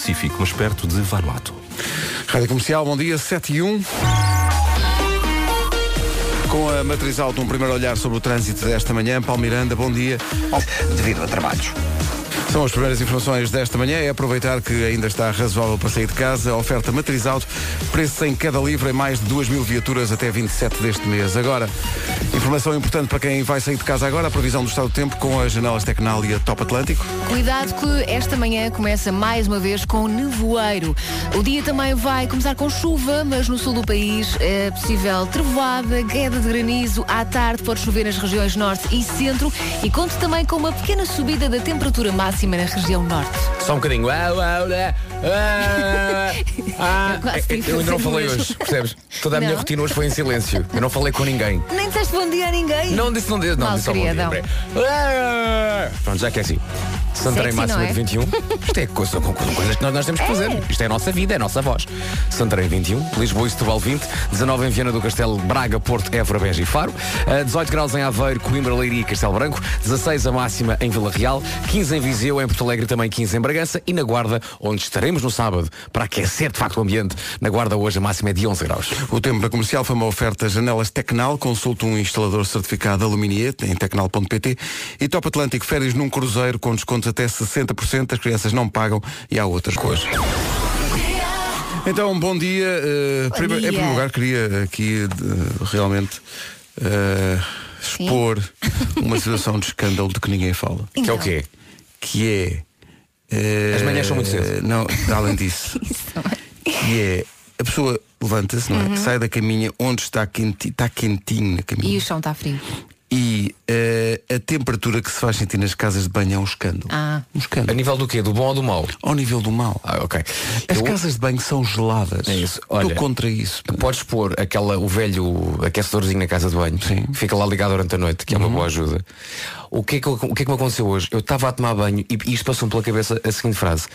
Pacífico, mas perto de Vanuatu. Rádio Comercial, bom dia, 7 e 1. Com a matriz alto, um primeiro olhar sobre o trânsito desta manhã. Paulo Miranda, bom dia. devido a trabalhos. São as primeiras informações desta manhã. É aproveitar que ainda está razoável para sair de casa. A oferta matriz alto, preço em cada livre em mais de 2 mil viaturas até 27 deste mês. Agora, informação importante para quem vai sair de casa agora. A previsão do estado do tempo com as janelas Tecnal e a Top Atlântico. Cuidado que esta manhã começa mais uma vez com nevoeiro. O dia também vai começar com chuva, mas no sul do país é possível trevoada, queda de granizo. À tarde pode chover nas regiões norte e centro e conto também com uma pequena subida da temperatura máxima na região norte. Só um bocadinho. Ah, ah, ah, ah. Eu quase Ah, tive eu ainda não a fazer falei isso. hoje, percebes? Toda a minha Não? rotina hoje foi em silêncio. Eu não falei com ninguém. Nem disseste bom dia a ninguém. Não disse, não disse, não Mal disse. só bom dia, criadão. André. Ah. Pronto, já que é assim. Santarém Sexy, máxima não é? de 21. Isto é coisa, com, com coisas que nós, nós temos que fazer. Isto é a nossa vida, é a nossa voz. Santarém 21, Lisboa e Setúbal 20, 19 em Viana do Castelo, Braga, Porto, Évora, Beja e Faro, Ah, 18 graus em Aveiro, Coimbra, Leiria e Castelo Branco, 16 a máxima em Vila Real, 15 em Viseu, em Porto Alegre também 15 em Bragança e na Guarda, onde estaremos no sábado para aquecer de facto o ambiente. Na Guarda hoje a máxima é de 11 graus. O tempo da comercial foi uma oferta janelas Tecnal. Consulte um instalador certificado Aluminier em tecnal.pt e Top Atlântico férias num cruzeiro com descontos até 60%. As crianças não pagam e há outras coisas. Então, bom dia. eh, Bom prime- dia. Em primeiro lugar, queria aqui eh, realmente eh, Sim. expor uma situação de escândalo de que ninguém fala. Que é o Então, quê? Que é. eh, As manhãs são muito cedo. Não, além disso. que é a pessoa levanta-se, não é? Sai da caminha onde está quentinho, está quentinho na Uhum. E caminha. o chão está frio. E eh, a temperatura que se faz sentir nas casas de banho é um escândalo. Ah. A Um escândalo. nível do quê? Do bom ou do mau? Ao nível do mal. Ah, ok. As Eu- casas de banho são geladas. É isso. Estou Olha, contra isso. Podes pôr aquela, o velho aquecedorzinho na casa de banho Sim. que fica lá ligado durante a noite, que Uhum. é uma boa ajuda. O que é que, eu- o que é que me aconteceu hoje? Eu estava a tomar banho e e isto passou-me pela cabeça a seguinte frase.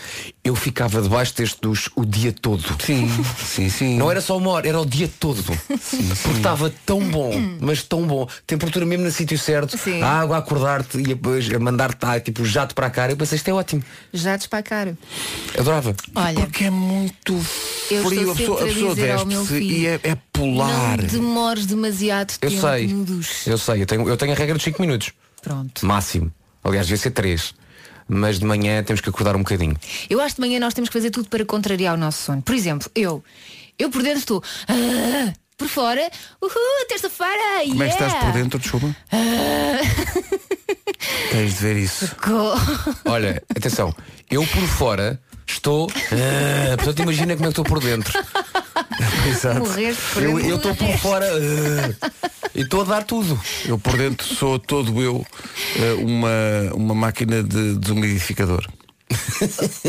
Eu ficava debaixo deste duche o dia todo. Sim, sim, sim. Não era só uma hora, era o dia todo. Porque estava tão bom, mas tão bom. Temperatura mesmo no sítio certo, Sim. a água a acordar-te e depois a mandar-te ah, tipo jato para a cara. Eu pensei, isto é ótimo. Já despacar. Adorava. Olha, Porque é muito eu frio. estou A pessoa, a sempre a pessoa dizer ao meu veste-se filho. e é, é polar. Não demores demasiado Eu tempo sei. no é um duche. Eu sei, eu tenho, eu tenho a regra dos 5 minutos. Pronto. Máximo. Aliás, devia ser 3. Mas de manhã temos que acordar um bocadinho. Eu acho que de manhã nós temos que fazer tudo para contrariar o nosso sono. Por exemplo, eu. Eu por dentro estou. "Ah", por fora. Uhul, terça-feira! Como é que estás yeah!" Ah, por dentro, desculpa? Tens de ver isso. Co- Olha, atenção, eu por fora estou. Ah, portanto, imagina como é que estou por dentro. Exato. Morrer de Eu frio. eu estou por fora. ah, e estou a dar tudo. Eu por dentro sou todo eu eh, uma, uma máquina de desumidificador.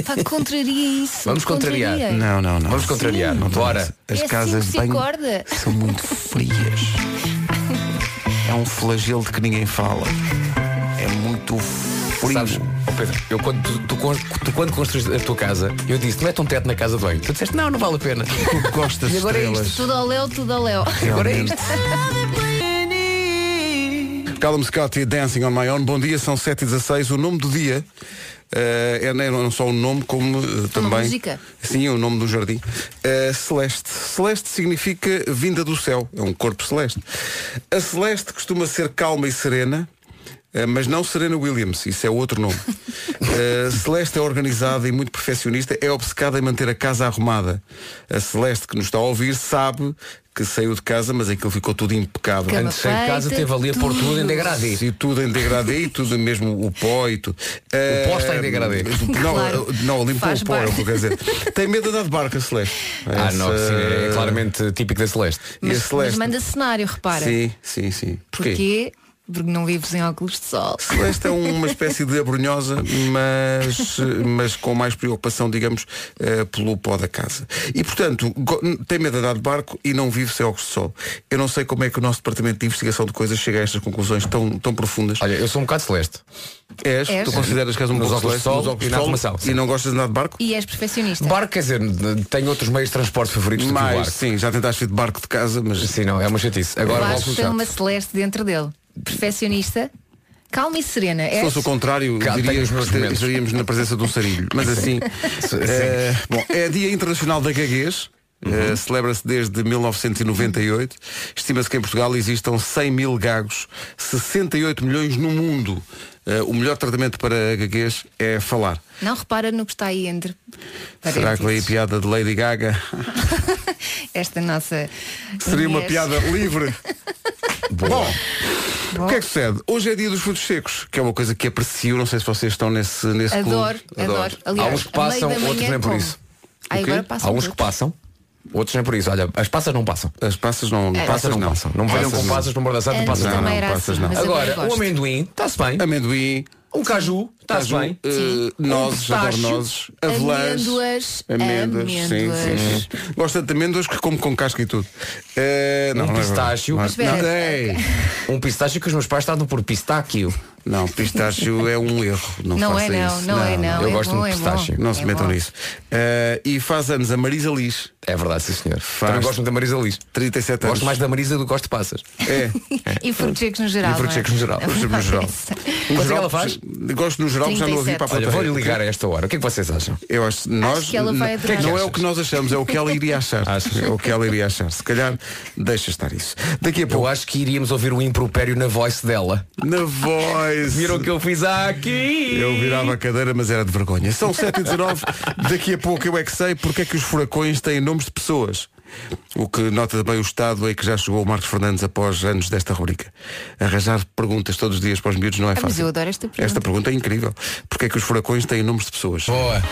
Pá, contraria isso. Vamos contrariar. Contraria. Não, não, não. Vamos contrariar. Não estou a Bora. dizer. É As assim casas que de se banho acorda. são muito frias. É um flagelo de que ninguém fala. É muito frio. Sabes, ó Pedro, eu quando, tu, tu con- tu quando construís a tua casa, eu disse, mete um teto na casa de banho. Tu disseste, não, não vale a pena. Tu gostas de E agora é isto, estrelas. Tudo ao léu, tudo ao léu. Agora é Realmente. isto. Callum Scott e Dancing on My Own. Bom dia, são 7h16. O nome do dia eh, é nem- não só o nome, como eh, também. música. Sim, é o nome do jardim. Eh, Celeste. Celeste significa vinda do céu. É um corpo celeste. A Celeste costuma ser calma e serena. eh, Mas não Serena Williams, isso é outro nome. Eh, Celeste é organizada e muito perfeccionista, é obcecada em manter a casa arrumada. A Celeste que nos está a ouvir sabe que saiu de casa, mas aquilo ficou tudo impecável. Cama Antes de sair de casa, feita, teve ali a pôr tudo é em degradê. Sim, tudo em degradê e tudo mesmo o pó e tudo. O pó está em degradê. Não, Claro. não limpou Faz o pó, é o que parte. eu quero dizer. Tem medo de andar de barca, Celeste. Ah, não, Essa- sim, é claramente típico da Celeste. E a Mas, mas Celeste. manda cenário, repara. Sim, sim, sim. Porquê? Porquê? Porque não vives em óculos de sol. Celeste é uma espécie de abrunhosa, mas, mas com mais preocupação, digamos, eh, pelo pó da casa. E, portanto, go- tem medo de andar de barco e não vive sem óculos de sol. Eu não sei como é que o nosso Departamento de Investigação de Coisas chega a estas conclusões tão, tão profundas. Olha, eu sou um bocado Celeste. És, És. tu consideras que és um Nos pouco óculos de celeste, sol nos e óculos de na sol, arrumação, e sim. não gostas de andar de barco? E és perfeccionista. Barco, quer dizer, tenho outros meios de transporte favoritos do que o Mas, barco. sim, já tentaste ir de barco de casa, mas Sim, não, é uma chatice. Agora Eu vou acho que tem puxar. uma celeste dentro dele. Perfeccionista, Calma e serena. Se É, fosse o contrário, Cá, tenho diria, os meus momentos. estaríamos na presença de um sarilho. Mas assim. eh, bom, é Dia Internacional da Gaguez. Uhum. eh, Celebra-se desde 1998. Estima-se que em Portugal existam 100 mil gagos, 68 milhões no mundo. Eh, o melhor tratamento para a gaguez é falar. Não repara no que está aí entre. Será que veio a parênteses. piada de Lady Gaga? Esta nossa. Seria uma Inês. piada livre. Bom, Bom. o que é que sucede? Hoje é dia dos frutos secos, que é uma coisa que aprecio, não sei se vocês estão nesse, nesse Adoro, clube. adoro, Aliás, Há uns que a meio passam, da manhã outros nem por como. isso. Ah, O quê? agora passam Há uns que todos. passam, outros nem por isso. Olha, as passas não passam. As passas não, É. passas Passas não. um passam. Não venham com passas para morda certa, Antes passas Não, não. também não, era passas assim, não. mas Agora, gosto. o amendoim, está-se bem. Amendoim, O caju, está-se caju, Tá bem. eh, Sim. nozes, Um adoro pistacho, nozes, avelãs. amêndoas, Amêndoas, sim, sim, amêndoas. sim. Gosta de amêndoas que como com casca e tudo. Eh, não, Um não é pistácio. verdade. Não, Mas não, espera. ei. Um pistácio que os meus pais estavam por pistáquio. não, pistácio é um erro. Não, Não é faça não, isso. não, é não. eu é gosto bom, de é bom. pistache. Não se É metam bom. nisso. Eh, e faz anos a Marisa Liz, É verdade, sim senhor. Faz. Também gosto muito da Marisa Liz. 37 anos. Gosto mais da Marisa do que gosto de passas. É. E frutos secos no geral. E frutos não é? secos no geral. A Frutos secos no geral. verdade. Mas No o é que geral, ela faz? Gosto no geral, já não ouvi para a 37. Olha, plateia. vou-lhe ligar a esta hora. O que é que vocês acham? Eu acho que nós que ela vai n- O que é não adorar. que é o achas? que nós achamos, é o que ela iria achar. Achas? É o que ela iria achar. Se calhar deixa estar isso. Daqui a Eu pouco, acho que iríamos ouvir o impropério na voz dela. na voz. Viram o que eu fiz aqui? Eu virava a cadeira, mas era de vergonha. São 7h19, daqui a pouco eu é que sei porque é que os furacões têm nomes de pessoas. O que nota também o estado é que já chegou o Marcos Fernandes após anos desta rubrica. Arranjar perguntas todos os dias para os miúdos não é Ah, fácil. mas eu adoro esta pergunta. Esta pergunta é incrível. Porque é que os furacões têm nomes de pessoas? Boa.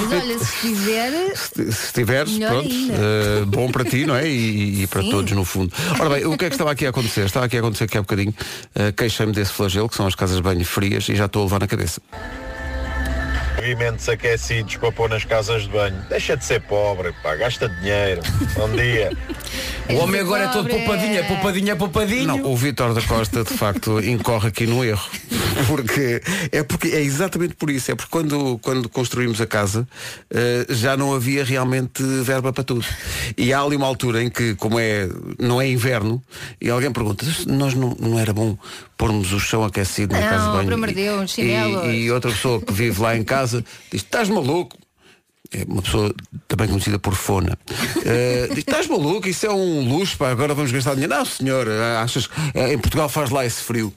Mas olha, se fizer, Se se tiveres, Melhor pronto, ainda. eh, bom para ti, não é? E, e para Sim. todos no fundo. Ora bem, o que é que estava aqui a acontecer? Estava aqui a acontecer que há bocadinho eh, queixei-me desse flagelo, que são as casas de banho frias, e já estou a levar na cabeça. Movimentos aquecidos para pôr nas casas de banho. Deixa de ser pobre, pá, gasta dinheiro. Bom dia. O homem agora é todo Pobre. poupadinha, poupadinha, poupadinho. Não, o Vítor da Costa de facto incorre aqui num erro. Porque é, porque é exatamente por isso. É porque quando, quando construímos a casa eh, já não havia realmente verba para tudo. E há ali uma altura em que, como é, não é inverno, e alguém pergunta, nós não, não era bom pormos o chão aquecido na Não, casa de banho. pelo amor de Deus, E- chinelos. e, e outra pessoa que vive lá em casa diz, estás maluco? É uma pessoa também conhecida por Fona. Eh, diz, estás maluco? Isso é um luxo, pá, agora vamos gastar dinheiro. Não, senhor, ah, achas que eh, em Portugal faz lá esse frio.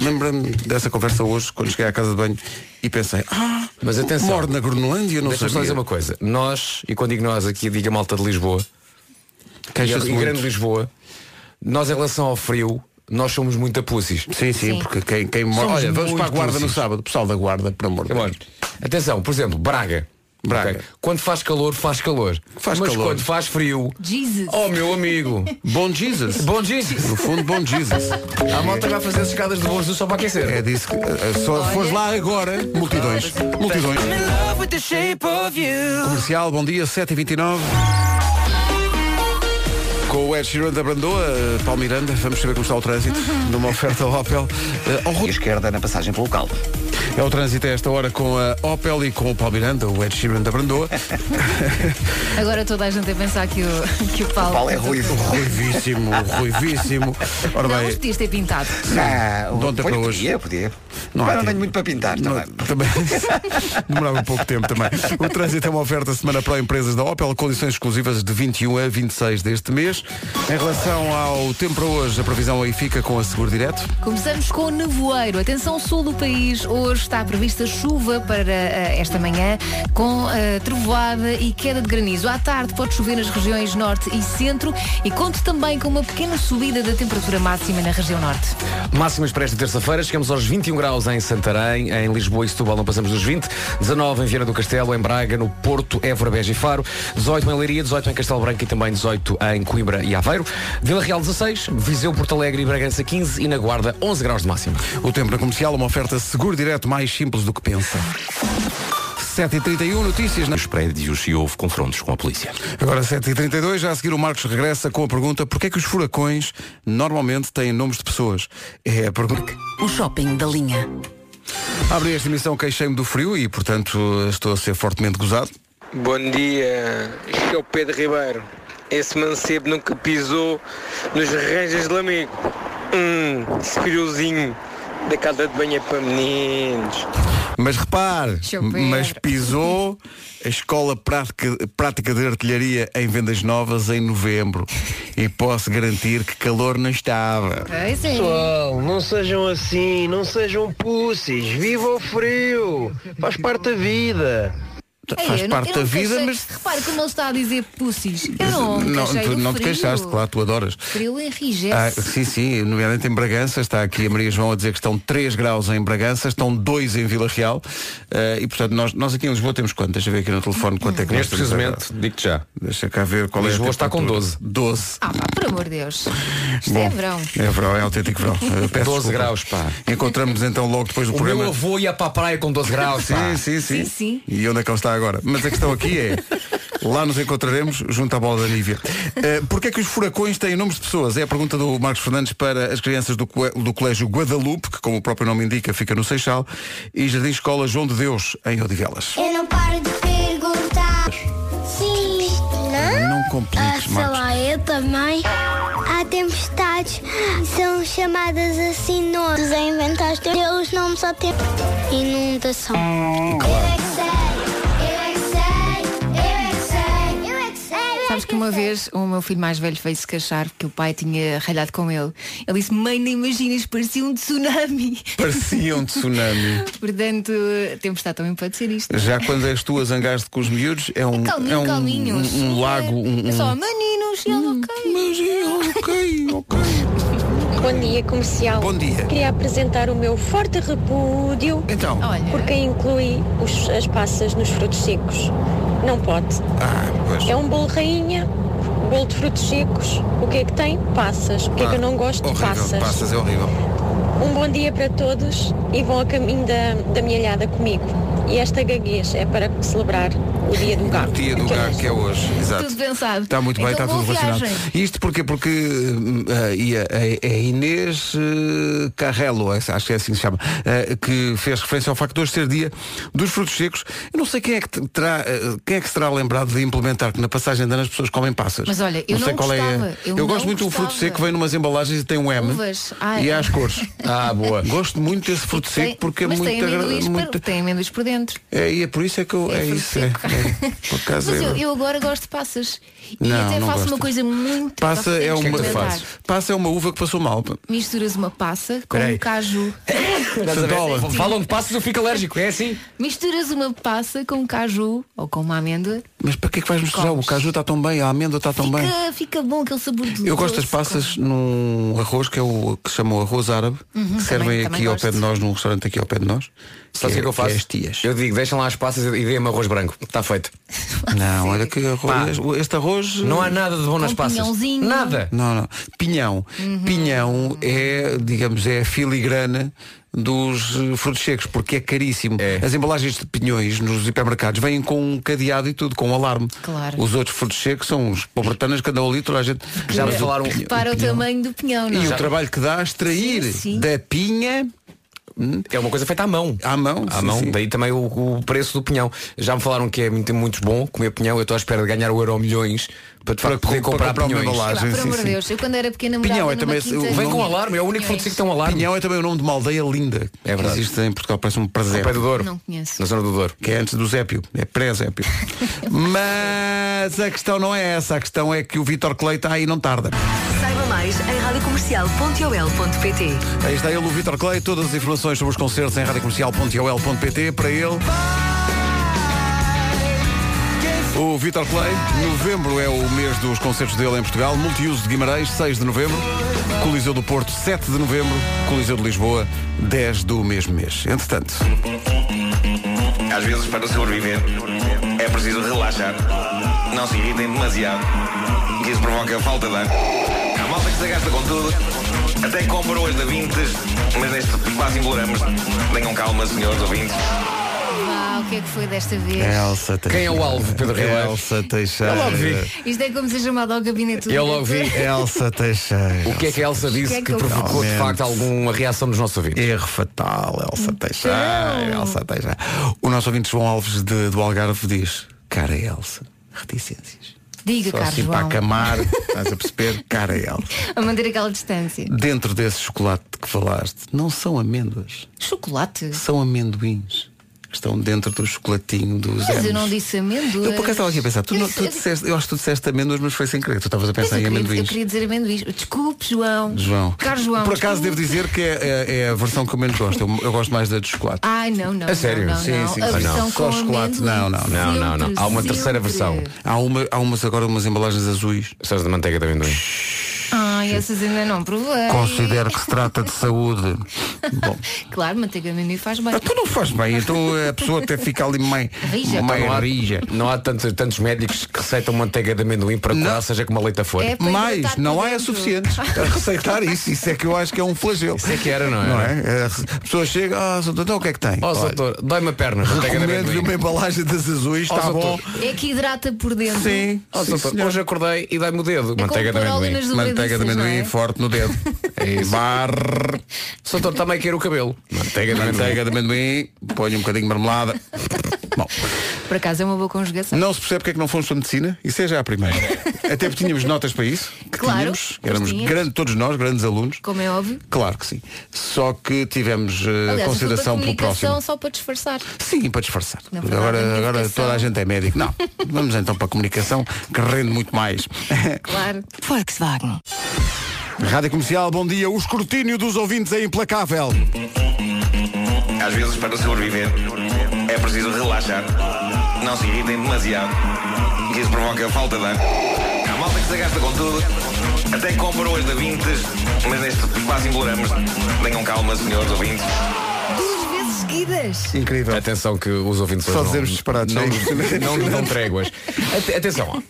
Lembra-me dessa conversa hoje, quando cheguei à casa de banho e pensei, ah, Mas atenção. moro na Groenlândia, não Deixa-me só dizer sabia. uma coisa. Nós, e quando digo nós aqui, digo a malta de Lisboa, e, Queixa-se e muito. grande Lisboa, nós em relação ao frio, nós somos muito apússis. Sim, sim, Sim. porque quem, quem mora. Somos Olha, vamos muito para a guarda no crucis. sábado, pessoal da guarda, por amor de Come on. Deus. Atenção, por exemplo, Braga. Braga. Ok? Quando faz calor, faz calor. Faz Mas calor. quando faz frio. Jesus. Oh meu amigo. Bom Jesus. Bom Jesus. No fundo, bom Jesus. A malta vai fazer as escadas de bolso só para aquecer. É disso que. eh, Só fores lá agora, multidões. Multidões. Comercial, bom dia, 7h29. Com o Ed Sheeran da Brandoa, eh, Paulo Miranda, vamos saber como está o trânsito numa oferta Opel. Eh, ao E Ruto. esquerda na passagem pelo caldo. É o trânsito a esta hora com a Opel e com o Paulo Miranda, o Ed Sheeran da Brandoa. Agora toda a gente a pensar que o, que o Paulo. Paulo é ruivo. Ruivíssimo, ruivíssimo. Ora Não, mas bem, podias ter pintado. Ah, De ontem pois para podia, Podia, Não Mas não há tempo. tenho muito para pintar também. Não, também. Demorava um pouco tempo também. O trânsito é uma oferta semana para empresas da Opel, condições exclusivas de 21 a 26 deste mês. Em relação ao tempo para hoje, a previsão aí fica com a Seguro Direto. Começamos com o nevoeiro. Atenção, sul do país. Hoje está prevista chuva para eh, esta manhã, com eh, trovoada e queda de granizo. À tarde pode chover nas regiões norte e centro e conto também com uma pequena subida da temperatura máxima na região norte. Máximas para esta terça-feira, chegamos aos 21 graus em Santarém, em Lisboa e Setúbal não passamos dos 20, 19 em Viana do Castelo, em Braga, no Porto, Évora, Beja e Faro, 18 em Leiria, 18 em Castelo Branco e também 18 em Coimbra e Aveiro, Vila Real 16, Viseu, Porto Alegre e Bragança 15 e na Guarda 11 graus de máximo. O tempo na comercial, uma oferta Seguro Direto mais simples do que pensa. 7h31, notícias na... Os prédios e houve confrontos com a polícia. Agora 7h32, já a seguir o Marcos regressa com a pergunta Porquê é que os furacões normalmente têm nomes de pessoas? É a pergunta... O shopping da linha. Abri esta emissão queixei-me do frio e, portanto, estou a ser fortemente gozado. Bom dia, este é o Pedro Ribeiro. Esse mancebo nunca pisou nos ranjas de Lamigo. Hum, esse friozinho da casa de banho é para meninos. Mas repare, Deixa eu ver. mas pisou a Escola Prática, Prática de Artilharia em Vendas Novas em novembro. E posso garantir que calor não estava. Pois é. Pessoal, não sejam assim, não sejam pussies, viva o frio, faz parte da vida. Ei, Faz eu não- parte eu da não vida, queixei- mas. Repare como ele está a dizer pussis. Eu não, me não, queixei tu do não te frio. queixaste, claro, tu adoras. O frio enrijece. Ah, sim, sim, nomeadamente em Bragança, está aqui a Maria João a dizer que estão 3 graus em Bragança, estão 2 em Vila Real ah, e portanto nós, nós aqui em Lisboa temos quanto? Deixa eu ver aqui no telefone quanto é que nós Neste temos precisamente, digo-te já. agora. Deixa cá ver qual é a Lisboa está com temperatura. 12. Ah, pá, por amor de Deus. Isto Bom, é verão. É verão, é autêntico verão. Eu 12 peço desculpa. graus, pá. Encontramos então logo depois do O programa. Ah, meu avô ia para a praia com 12 graus. Sim, sim, sim, Sim, sim. E onde é que ele está agora? Mas a questão aqui é, lá nos encontraremos junto à bola da Nívia. Eh, Porquê é que os furacões têm números de pessoas? É a pergunta do Marcos Fernandes para as crianças do, co- do Colégio Guadalupe, que como o próprio nome indica, fica no Seixal, e Jardim Escola João de Deus, em Odivelas. Eu não paro de perguntar. Sim. Não? Ah, Não Ah, compliques, sei Marcos. lá, eu também. Há tempestades, são chamadas assim nomes. Tu inventaste os nomes ao tempo. Inundação. Hum, Eu é que sei, eu é que sei, eu é que sei, eu é que sei. Sabes que uma vez o meu filho mais velho veio-se queixar porque o pai tinha ralhado com ele. Ele disse, mãe, nem imaginas, parecia um tsunami. Parecia um tsunami. Portanto, tempestade também pode ser isto. Já quando és tu a zangaste com os miúdos, é um, Calminho, é um, calminho. um- um Sim, lago, um, É um- Hum, só, meninos, e ele, ok. Mas é ok, ok. Bom dia, comercial. Bom dia. Queria apresentar o meu forte repúdio Então, por Olha, quem inclui os- as passas nos frutos secos. Não pode. ah, pois. É um bolo rainha, bolo de frutos secos. O que é que tem? Passas. O que é que eu não gosto? Ah, horrível, Passas. Passas é horrível. Um bom dia para todos e vão a caminho da, da minha alhada comigo. E esta gaguez é para celebrar o dia do gato. Tia do gato que é hoje. Exato. tudo pensado. Tá Está muito bem, Então, está tudo boa vacinado. viagem. Isto porquê? Porque hum, ah, e a, a- a Inês eh, Carrello, essa- acho que é assim que se chama, eh, que fez referência ao facto de hoje ser dia dos frutos secos. Eu não sei quem é que te- terá, eh, quem é que se terá lembrado de implementar que na passagem de ano as pessoas comem passas. Mas olha, eu sei não qual é. a- gostava, eu Eu, não gosto muito do fruto gostava. seco que vem numas embalagens e tem um M. Uvas. Ah, e é. há as cores. Ah, boa. Gosto muito desse fruto seco Tem- porque é mas muito tem agra- amendoins, por- muito- tem amendoins por dentro. É, e é por isso é que eu. É, fruto isso, é. seco. é. Por acaso Mas é- eu, eu agora gosto de passas. E Não, até não faço gostas. uma coisa muito Passa é, que uma, tu fazes? passa é uma uva que passou mal. Misturas uma passa com Peraí. um caju. Santola. Falam de passos, eu fico alérgico. É assim? Misturas uma passa com um caju ou com uma amêndoa. Mas para que é que vais misturar? O caju está tão bem, a amêndoa está tão bem. Fica, fica bom aquele sabor de Eu gosto das passas num arroz que é o que se chama o arroz árabe, que servem Uhum, também- aqui também ao gosto. pé de nós, num restaurante aqui ao pé de nós. Sabe o que é que eu faço? as tias. Eu digo, deixem lá as passas e dê-me arroz branco. Está feito. Não, olha que arroz. Este arroz. Hum. Não há nada de bom nas Com passas. pinhãozinho. Nada. Não, não. Pinhão. Uhum. Pinhão é, digamos, é a filigrana dos eh, frutos secos, porque é caríssimo. É. As embalagens de pinhões nos hipermercados vêm com um cadeado e tudo, com um alarme. Claro. Os outros frutos secos são os pobretanas, cada um litro, a gente. Já me Mas o falaram. pinhão- Para o pinhão- tamanho do pinhão, não E é? o trabalho que dá a extrair Sim, sim. da pinha É uma coisa feita à mão. à mão. À sim, mão, sim. daí também o, o preço do pinhão. Já me falaram que é muito, muito bom comer pinhão. Eu estou à espera de ganhar o euro milhões para, para poder para comprar, comprar uma pinhões. embalagem. Pá, por sim, amor de sim. Deus, eu quando era pequena Pinhão morava é numa também- quinta o- Vem com com alarme, é o único fruto seco que tem um alarme. Pinhão é também o nome de uma aldeia linda. É verdade. Que existe em Portugal, parece um Ao prazer. pé do Douro. Não conheço. Na zona do Douro. que é antes do Zépio, é pré-Zépio. Mas a questão não é essa, a questão é que o Vítor Clay está aí e não tarda. Saiba mais em radiocomercial.ol.pt Aí está ele, o Vítor Clay, todas as informações sobre os concertos em radiocomercial.ol.pt para ele. O Vítor Clay, novembro é o mês dos concertos dele em Portugal, multiuso de Guimarães, 6 de novembro, Coliseu do Porto, 7 de novembro, Coliseu de Lisboa, 10 do mesmo mês. Entretanto, Às vezes, para sobreviver, é preciso relaxar. Não se irritem demasiado, que isso provoca falta de ar. A malta que se gasta com tudo, até compra hoje da Vintes, mas neste quase imploramos. Tenham calma, senhores ouvintes. Ah, o que é que foi desta vez? Elsa Teixeira. Quem é o alvo, Pedro Ribeiro? Elsa Teixeira. Eu Ah, logo vi. Isto é como ser chamado ao gabinete do É Eu logo vi. diretor. Elsa Teixeira. O que é que a Elsa disse O que é que, que eu provocou de fiz? facto alguma reação nos nossos ouvintes? Erro fatal, Então. Elsa Teixeira. Elsa Teixeira. O nosso ouvinte João Alves de- do Algarve diz, cara Elsa, reticências. Diga, Só Carlos assim para João. acamar, estás a perceber? Cara, ela. A manter aquela distância. Dentro desse chocolate de que falaste, não são amêndoas. Chocolate? São amendoins. que Estão dentro do chocolatinho dos Mas eu anos. não disse amêndoas. é, Eu por acaso estava aqui a pensar, tu, Eu não- disse- tu eu disse- disseste, eu acho que tu disseste amêndoas, mas foi sem querer. Tu estavas a Mas pensar em eu, queria, eu amendoins. queria dizer amendoins. Desculpe, João. João. Carlos João. Por acaso devo desculpe. dizer que é, é- é a versão que eu menos gosto. Eu, eu gosto mais da de chocolate. Ai, não, não. a sério? Não, não, sim, não. sim, A sim. versão Só com chocolate. Não, não, amendoim. Não, não, não. Há uma Sempre, terceira versão. sempre. Há, uma, há umas agora, umas embalagens azuis. Essas de manteiga de amendoim. Ai, essas ainda não provei. Considero que se trata de saúde. Bom. Claro, manteiga de amendoim faz bem. Ah, tu não faz bem, então eh, a pessoa até fica ali meio. Rija. meio Não há, rija. não há tantos, tantos médicos que receitam manteiga de amendoim para curar, seja como a leita for. É para Mas hidratar não por há é dentro. suficientes a receitar isso. Isso é que eu acho que é um flagelo. Isso é que era, não é? é? É, A pessoa chega, ah, oh, então o que é que tem? Ó, Olha, doutor, dói-me a perna, manteiga de Recomendo-lhe amendoim. uma embalagem das azuis, Ó, está Sr. bom. É que hidrata por dentro. Sim, Ó, sim, doutor, senhor. hoje acordei e dai-me o dedo. É manteiga de como pôr amendoim. óleo nas Manteiga de dobradiças, não amendoim é? forte no dedo. É isso. Barre. Doutor, também quer o cabelo. Manteiga de amendoim. Manteiga de amendoim, põe um bocadinho de marmelada. Bom, Por acaso é uma boa conjugação. não se percebe porque é que não fomos para a medicina? Isso é já a primeira. Até porque tínhamos notas para isso. que Claro, tínhamos, mas éramos tínhamos. grandes, todos nós, grandes alunos. Como é óbvio. Claro que sim. Só que tivemos eh, Aliás, consideração a pelo comunicação próximo. só para disfarçar. Sim, para disfarçar. Na verdade, a agora, comunicação- agora toda a gente é médico. Não, vamos então para a comunicação, que rende muito mais. Claro. Volkswagen. Rádio Comercial, bom dia. O escrutínio dos ouvintes é implacável. Às vezes, para sobreviver, é preciso relaxar. Não se irritem demasiado. que Isso provoca falta de ar. Há malta que se gasta com tudo. Até compra hoje da Vintes, mas neste quase imploramos. Tenham calma, senhores ouvintes. Duas vezes seguidas. Incrível. Atenção que os ouvintes Só hoje dizemos não- disparados, Não, é impressionante. não, não, dão tréguas. Ate- Atenção.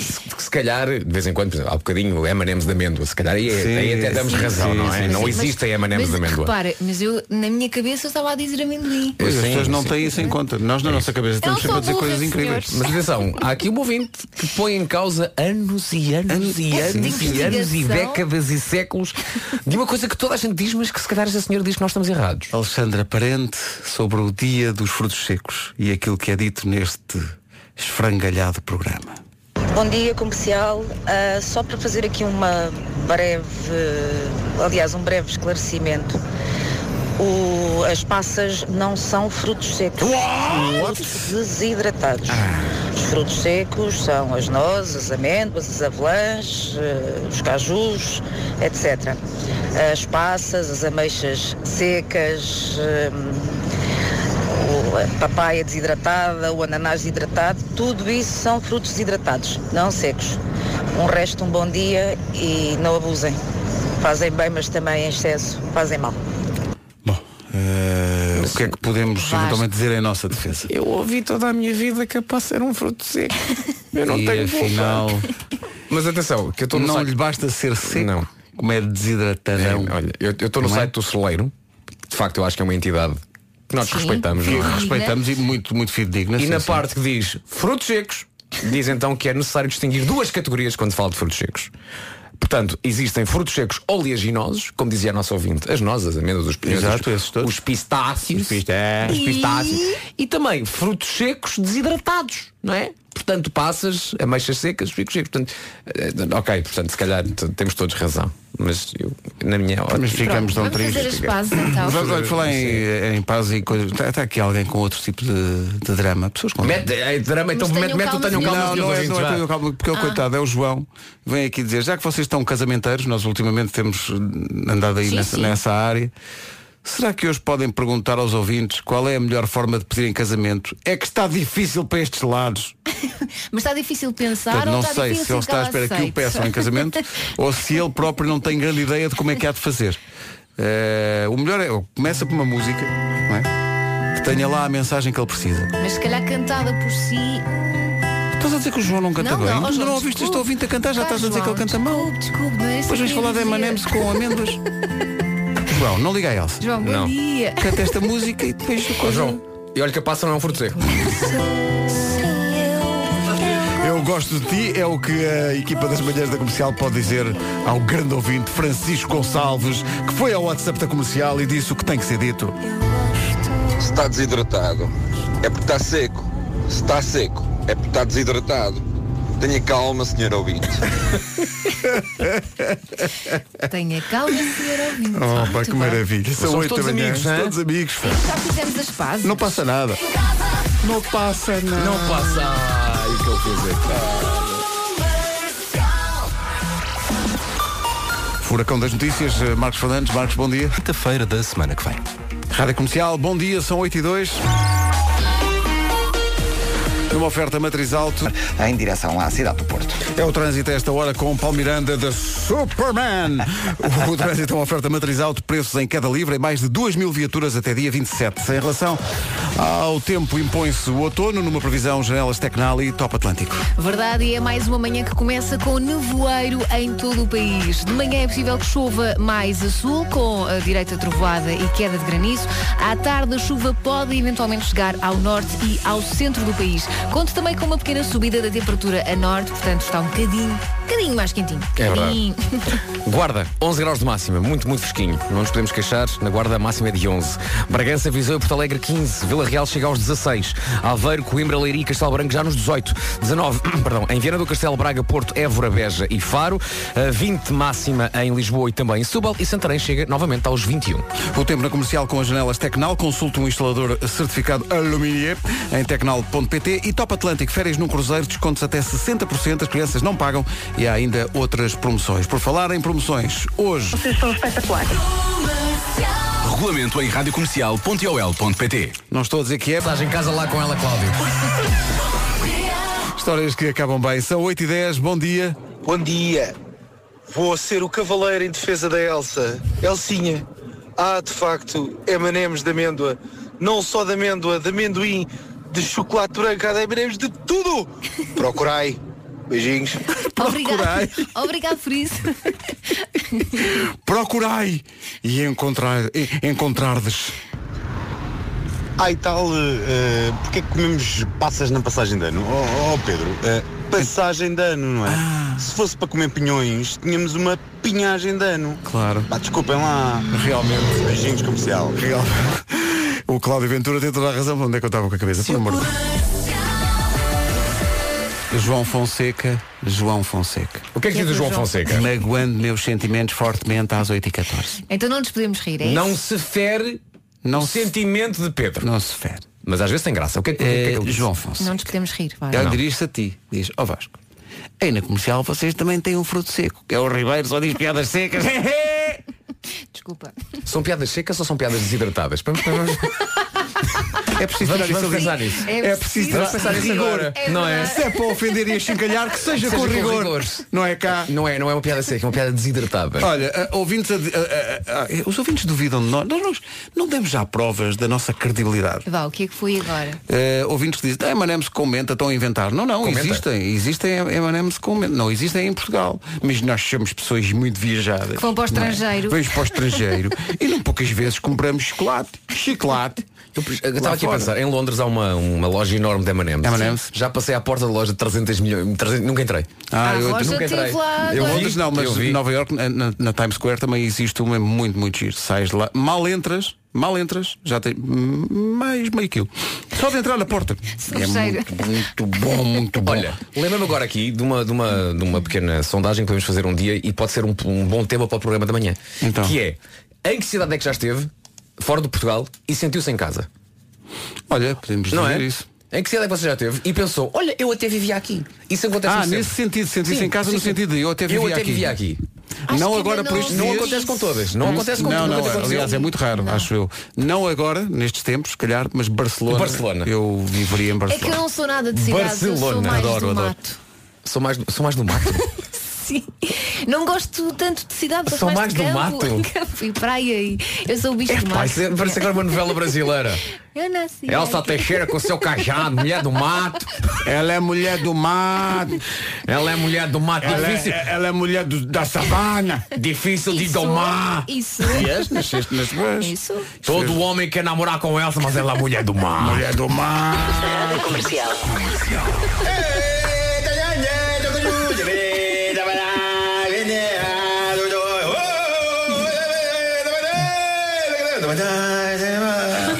Se, se calhar, de vez em quando, por exemplo, há bocadinho é M&M's de amêndoa, se calhar aí, é- Sim, aí até damos sim, razão, sim, não sim, é? não Mas- existem M&M's mas de amêndoa. Repara, mas eu, na minha cabeça, eu estava a dizer amendoim. Pois, as Sim, pessoas não sim. têm isso em conta. Nós na nossa cabeça estamos Eu sempre a sou dizer burra, coisas incríveis. senhores. Mas atenção, há aqui um ouvinte que põe em causa anos e anos, e Esta anos e anos e investigação. décadas e séculos de uma coisa que toda a gente diz, mas que se calhar esta senhora diz que nós estamos errados. Alexandra Parente sobre o dia dos frutos secos e aquilo que é dito neste esfrangalhado programa. Bom dia, comercial. Ah, só para fazer aqui uma breve, aliás, um breve esclarecimento. O- as passas não são frutos secos, são frutos desidratados. Os frutos secos são as nozes, as amêndoas, as avelãs, eh, os cajus, etc. As passas, as ameixas secas, eh, o- a papaya desidratada, o ananás desidratado, tudo isso são frutos desidratados, não secos. Um resto, um bom dia e não abusem. Fazem bem, mas também em excesso fazem mal. Eh, o que é que podemos Vasco. eventualmente dizer em nossa defesa? Eu ouvi toda a minha vida que a passa era um fruto seco. Eu não e tenho afinal, Mas atenção, que eu estou no não site. lhe basta ser seco, Não. como é É, desidratadão. olha, eu estou no Não é? site do Celeiro, de facto eu acho que é uma entidade que nós Sim. respeitamos, E não é? respeitamos e muito, muito fidedigna. E sim, na sim. parte que diz frutos secos, diz então que é necessário distinguir duas categorias quando se fala de frutos secos. Portanto, existem frutos secos oleaginosos, como dizia a nossa ouvinte, as nozes, as amêndoas, os pinhões, Exato, esses os, todos. os pistácios, Os pistá- os pistácios, e também frutos secos desidratados, não é? Portanto, passas, ameixas secas, ficos secos. Portanto, eh, ok, portanto, se calhar t- temos todos razão, mas eu, na minha Mas ótica... ficamos tão Vamos fazer as tristes. pazes então. Vamos olha, falar em, em paz e coisas. Está, está aqui alguém com outro tipo de, de drama. Pessoas com Mete, é, drama, então Mas mete, mete o tenham tenham calma, calma, Não, senhores não é, ouvintes, não é vá. Tenham calma, porque é o Ah. coitado, é o João, vem aqui dizer, já que vocês estão casamenteiros, nós ultimamente temos eh, andado aí Sim, nessa, sim. nessa área, será que hoje podem perguntar aos ouvintes qual é a melhor forma de pedir em casamento? É que está difícil para estes lados. Mas está difícil pensar Portanto, não ou está sei difícil se ele que está à ela espera que o aceite? peçam em casamento ou se ele próprio não tem grande ideia de como é que há de fazer. Eh, o melhor é, começa por uma música, não é? Que tenha lá a mensagem que ele precisa. Mas se calhar cantada por si. Estás a dizer que o João não canta Não, bem? não, ó, Ainda João, não ouviste este desculpe. ouvinte a cantar, já Vai, estás a dizer que João, ele canta mal. Desculpe, desculpe, não é isso Depois que vamos falar eu de queria M&M's dizer. com amêndoas. João, não liga a Elsa. João, bom Não. dia. Canta esta música e depois o Ó, coisa. João, e olha que a passa não é um fruto seco. Eu gosto de ti é o que a equipa das manhãs da comercial pode dizer ao grande ouvinte Francisco Gonçalves, que foi ao WhatsApp da comercial e disse o que tem que ser dito. Se está desidratado, é porque está seco. Se está seco, é porque está desidratado. Tenha calma, senhor ouvinte. Tenha calma, senhor ouvinte. Oh, pá, Muito que bem. maravilha. São Somos oito todos da manhã. amigos, não é? todos amigos. Já fizemos as pazes. Não passa nada. Não passa nada. Não passa. Ai, o que ele fez aqui. Furacão das notícias, eh, Marcos Fernandes. Marcos, bom dia. Quinta-feira da semana que vem. Rádio Comercial, bom dia, são 8 e 2. Numa oferta matriz alto. Em direção à cidade do Porto. É o trânsito a esta hora com Paulo Miranda da Superman. O trânsito é uma oferta matriz alto, preços em queda livre em mais de 2 mil viaturas até dia 27. Em relação ao tempo, impõe-se o outono numa previsão janelas Tecnal e Top Atlântico. Verdade, e é mais uma manhã que começa com nevoeiro em todo o país. De manhã é possível que chova mais a sul, com a direita trovoada e queda de granizo. À tarde, a chuva pode eventualmente chegar ao norte e ao centro do país. Conto também com uma pequena subida da temperatura a norte, portanto está um bocadinho, bocadinho mais quentinho. É verdade. Bocadinho. Guarda, 11 graus de máxima, muito, muito fresquinho. Não nos podemos queixar, na guarda a máxima é de 11. Bragança, Viseu e Porto Alegre 15, Vila Real chega aos 16, Aveiro, Coimbra, Leiria e Castelo Branco já nos 18, 19, perdão, em Viana do Castelo, Braga, Porto, Évora, Beja e Faro, eh, 20 máxima em Lisboa e também em Setúbal e Santarém chega novamente aos 21. O tempo na comercial com as janelas Tecnal. Consulte um instalador certificado Aluminier em tecnal.pt e Top Atlântico. Férias num cruzeiro, descontos até 60%. As crianças não pagam e há ainda outras promoções. Por falar em promoções, hoje... Vocês são espetaculares. Regulamento em radiocomercial.ol.pt Não estou a dizer que é. Estás em casa lá com ela, Cláudio. Histórias que acabam bem. São 8 e 10 bom dia. Bom dia. Vou ser o cavaleiro em defesa da Elsa. Elsinha. Ah, de facto, emanemos de amêndoa. Não só de amêndoa, de amendoim, de chocolate branco, há de emanemos de tudo. Procurai. Beijinhos. Obrigado. Obrigado por isso. Procurai e encontrar, e- encontrar-des. Ai tal, eh, porque é que comemos passas na passagem de ano? Oh, oh, Pedro, eh, passagem de ano, não é? Se fosse para comer pinhões, tínhamos uma pinhagem de ano. Claro. Pá, desculpem lá. Realmente. Beijinhos comercial. O Cláudio Ventura tem toda a razão. Onde é que eu estava com a cabeça? Pelo amor de Deus. João Fonseca, João Fonseca. O que é que diz o João Fonseca? Magoando meus sentimentos fortemente às 8h14. Então não nos podemos rir, é Não isso? se fere o sentimento de Pedro. Não se fere. Eh, Mas às vezes tem graça. O que é que, o que, é que ele diz? João Fonseca. Não nos podemos rir. vai. Ele dirige-se a ti, diz, ó Vasco, aí na comercial vocês também têm um fruto seco, que é o Ribeiro, só diz piadas secas. Desculpa. São piadas secas ou são piadas desidratadas? É preciso Vamos- tirar isso vamos a pensar rigor. nisso. É preciso Vamos tirar pensar nisso rigor. agora. Não é? Se é para ofender e achincalhar, que seja, com, rigor. Não é cá. Não é, não é uma piada seca, é uma piada desidratada. Olha, ah, ouvintes, a- a- a- a- eh, ah, os ouvintes duvidam de nós. Nós, nós não demos já provas da nossa credibilidade. Vá, o que é que foi agora? Eh, ouvintes que dizem, ah, Emanemes comenta, estão a inventar. Não, não, Comenta. existem. Existem Emanemes comenta. Não, existem em Portugal. Mas nós somos pessoas muito viajadas. Que vão para o não é? estrangeiro. Vamos para o estrangeiro. e não poucas vezes compramos chocolate. Chocolate. Eu estava aqui a pensar, em Londres há uma, uma loja enorme de M&M's. M&M's. Já passei à porta da loja de 300 milhões, 300 nunca entrei. Ah, eu eu nunca entrei. Eu Eu vi, Londres não, mas eu vi. em Nova York, na, na Times Square também existe uma muito, muito giro. Sais de lá, mal entras, mal entras, já tem mais meio quilo. Só de entrar na porta. É Não cheira. muito bom, muito bom. Olha, lembra-me agora aqui de uma, de, uma, de uma pequena sondagem que podemos fazer um dia e pode ser um, um bom tema para o programa da manhã. Então. Que é, em que cidade é que já esteve, fora do Portugal, e sentiu-se em casa? Olha, podemos Não dizer é? isso. Em que cidade é que você já esteve e pensou, olha, eu até vivia aqui. Isso acontece Ah, nesse sentido, sentir-se Sim, em casa no sim. sentido de eu até vivia Eu até aqui. vivia aqui. Acho não que agora ainda por não- estes Não dias. Hum? acontece com todas, não acontece com não, todas, não, nunca aconteceu. aliás é muito raro, acho eu. Não agora, nestes tempos, se calhar, mas Barcelona. Barcelona. Eu viveria em É que eu Barcelona. não sou nada de cidades, eu sou mais do mato. Sou mais, sou mais do mato. Sim. Não gosto tanto de cidades, gosto São mais, de mais campo, do mato. campo e praia e eu sou o bicho do Pá, mato. isso é- parece agora uma novela brasileira. Eu nasci. Elsa aqui. Teixeira com o seu cajado, mulher do mato. Ela é mulher do mato. Ela é mulher do mato. Ela é- difícil. ela é mulher do- da savana. Difícil de domar. Isso. Yes, nasceste nas ruas. Isso. Todo homem quer namorar com Elsa, mas ela é mulher do mato. Mulher do mato. Comercial.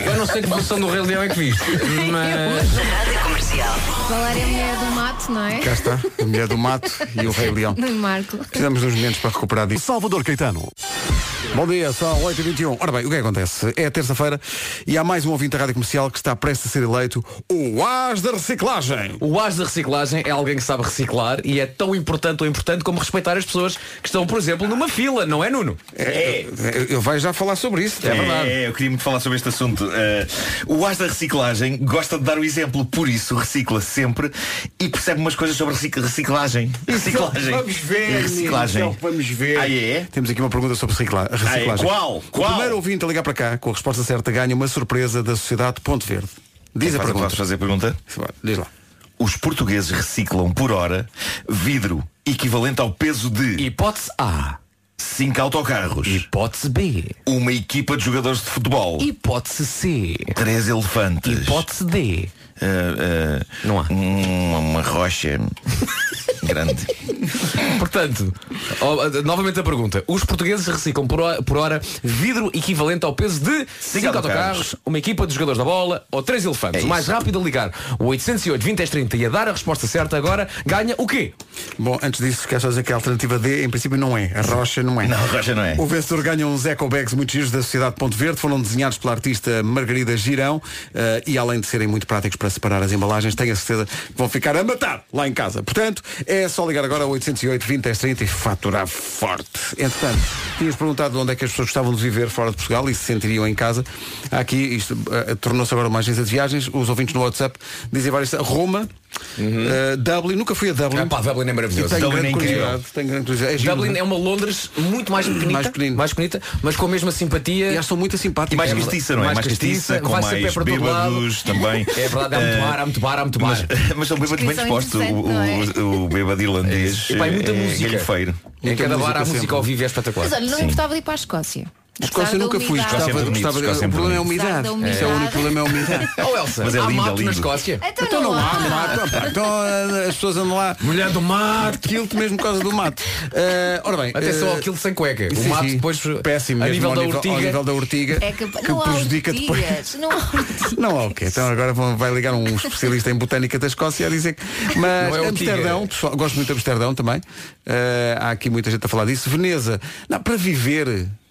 Eu não sei que versão do Rei Leão é que viste. Mas. é Rádio Comercial. Falar é a mulher do mato, não é? Cá está, a mulher do mato e o rei leão. Nuno Marco. Precisamos de uns momentos para recuperar disso. Salvador Caetano. Bom dia, são 8h21. Ora bem, o que é que acontece? É terça-feira e há mais um ouvinte da Rádio Comercial que está prestes a ser eleito o As da Reciclagem. O as da reciclagem é alguém que sabe reciclar e é tão importante ou importante como respeitar as pessoas que estão, por exemplo, numa fila, não é, Nuno? É. Eu- Eu vais já falar sobre isso. É verdade. eu queria muito falar sobre este assunto. Eh, o As da Reciclagem gosta de dar o exemplo, por isso recicla sempre e percebe umas coisas sobre recicla- reciclagem. é Reciclagem. é é Vamos ver, Reciclagem. Ah, é? então, vamos ver. Temos aqui uma pergunta sobre recicla- reciclagem. qual? Qual? O primeiro ouvinte a ligar para cá com a resposta certa ganha uma surpresa da Sociedade Ponto Verde. Diz a Posso- pergunta. Posso fazer a pergunta? Diz lá. Os portugueses reciclam por hora vidro equivalente ao peso de... Hipótese A. 5 autocarros. Hipótese B. Uma equipa de jogadores de futebol. Hipótese C. Três elefantes. Hipótese D. não há. Uma, Hum, uma rocha grande. Portanto, ó, ah, novamente a pergunta. Os portugueses reciclam por hora, por hora vidro equivalente ao peso de 5 autocarros, autocarros, uma equipa de jogadores da bola ou três elefantes. É o mais isso. rápido a ligar o 808 20 30 e a dar a resposta certa agora ganha o quê? Bom, antes disso, quero só dizer que a alternativa D, em princípio, não é. A rocha não é. Não, a rocha não é. O vencedor ganha um uns eco-bags muito giros da Sociedade Ponto Verde. Foram desenhados pela artista Margarida Girão eh, e, além de serem muito práticos para separar as embalagens, tenho a certeza que vão ficar a matar lá em casa. Portanto, é só ligar agora ao 808 20 10 30 e faturar forte. Entretanto, tinhas perguntado onde é que as pessoas gostavam de viver fora de Portugal e se sentiriam em casa. Aqui, isto eh, tornou-se agora uma agência de viagens. Os ouvintes no WhatsApp dizem várias... Roma, Uhum. eh, Dublin, nunca fui a Ah, Ah, Dublin. Epá, Dublin é maravilhoso. E Tenho Dublin grande é incrível. curiosidade. Tenho grande curiosidade. É giro, Dublin não é? é uma Londres muito mais pequenita, mais, bonita, mas com a mesma simpatia. E elas são muito simpáticas. E mais castiça, não é? Mais castiça, com vai sempre mais é para todo lado. bêbados também. É verdade, há muito Eh, bar, há muito bar, há muito Mas, bar. mas são bêbados bem Descrição dispostos. O, interessante, é? o, o bêbado irlandês. E pá, é muita eh, música. É galhofeiro. Em cada bar há música ao vivo e é Mas olha, espetacular. não Sim. gostava de ir para a Escócia. Escócia Apesar da nunca fui. umidade. Gostava, sempre bonito, gostava, Escócia o problema é a sempre bonito. umidade. Apesar É, da o único umidade. problema é a umidade. Oh Elsa, Mas é há lindo, mato é lindo. na Escócia. Então, Então não há há. mato, pá. Então ah, as pessoas andam lá. Mulher do mar! Aquilo mesmo por causa do mato. Ah, ora bem. Até só ah, aquilo sem cueca. O sim, mato sim. depois Péssimo a mesmo, nível ao da nível- urtiga. Ao nível da urtiga. É capaz- que não há prejudica depois. urtigas, Não há urtigas. Não há o quê? Então agora vão- vai ligar um especialista em botânica da Escócia a dizer que. Mas Não é o Amsterdão, pessoal, gosto muito de Amsterdão também. Eh, há aqui muita gente a falar disso. Veneza, não, para viver.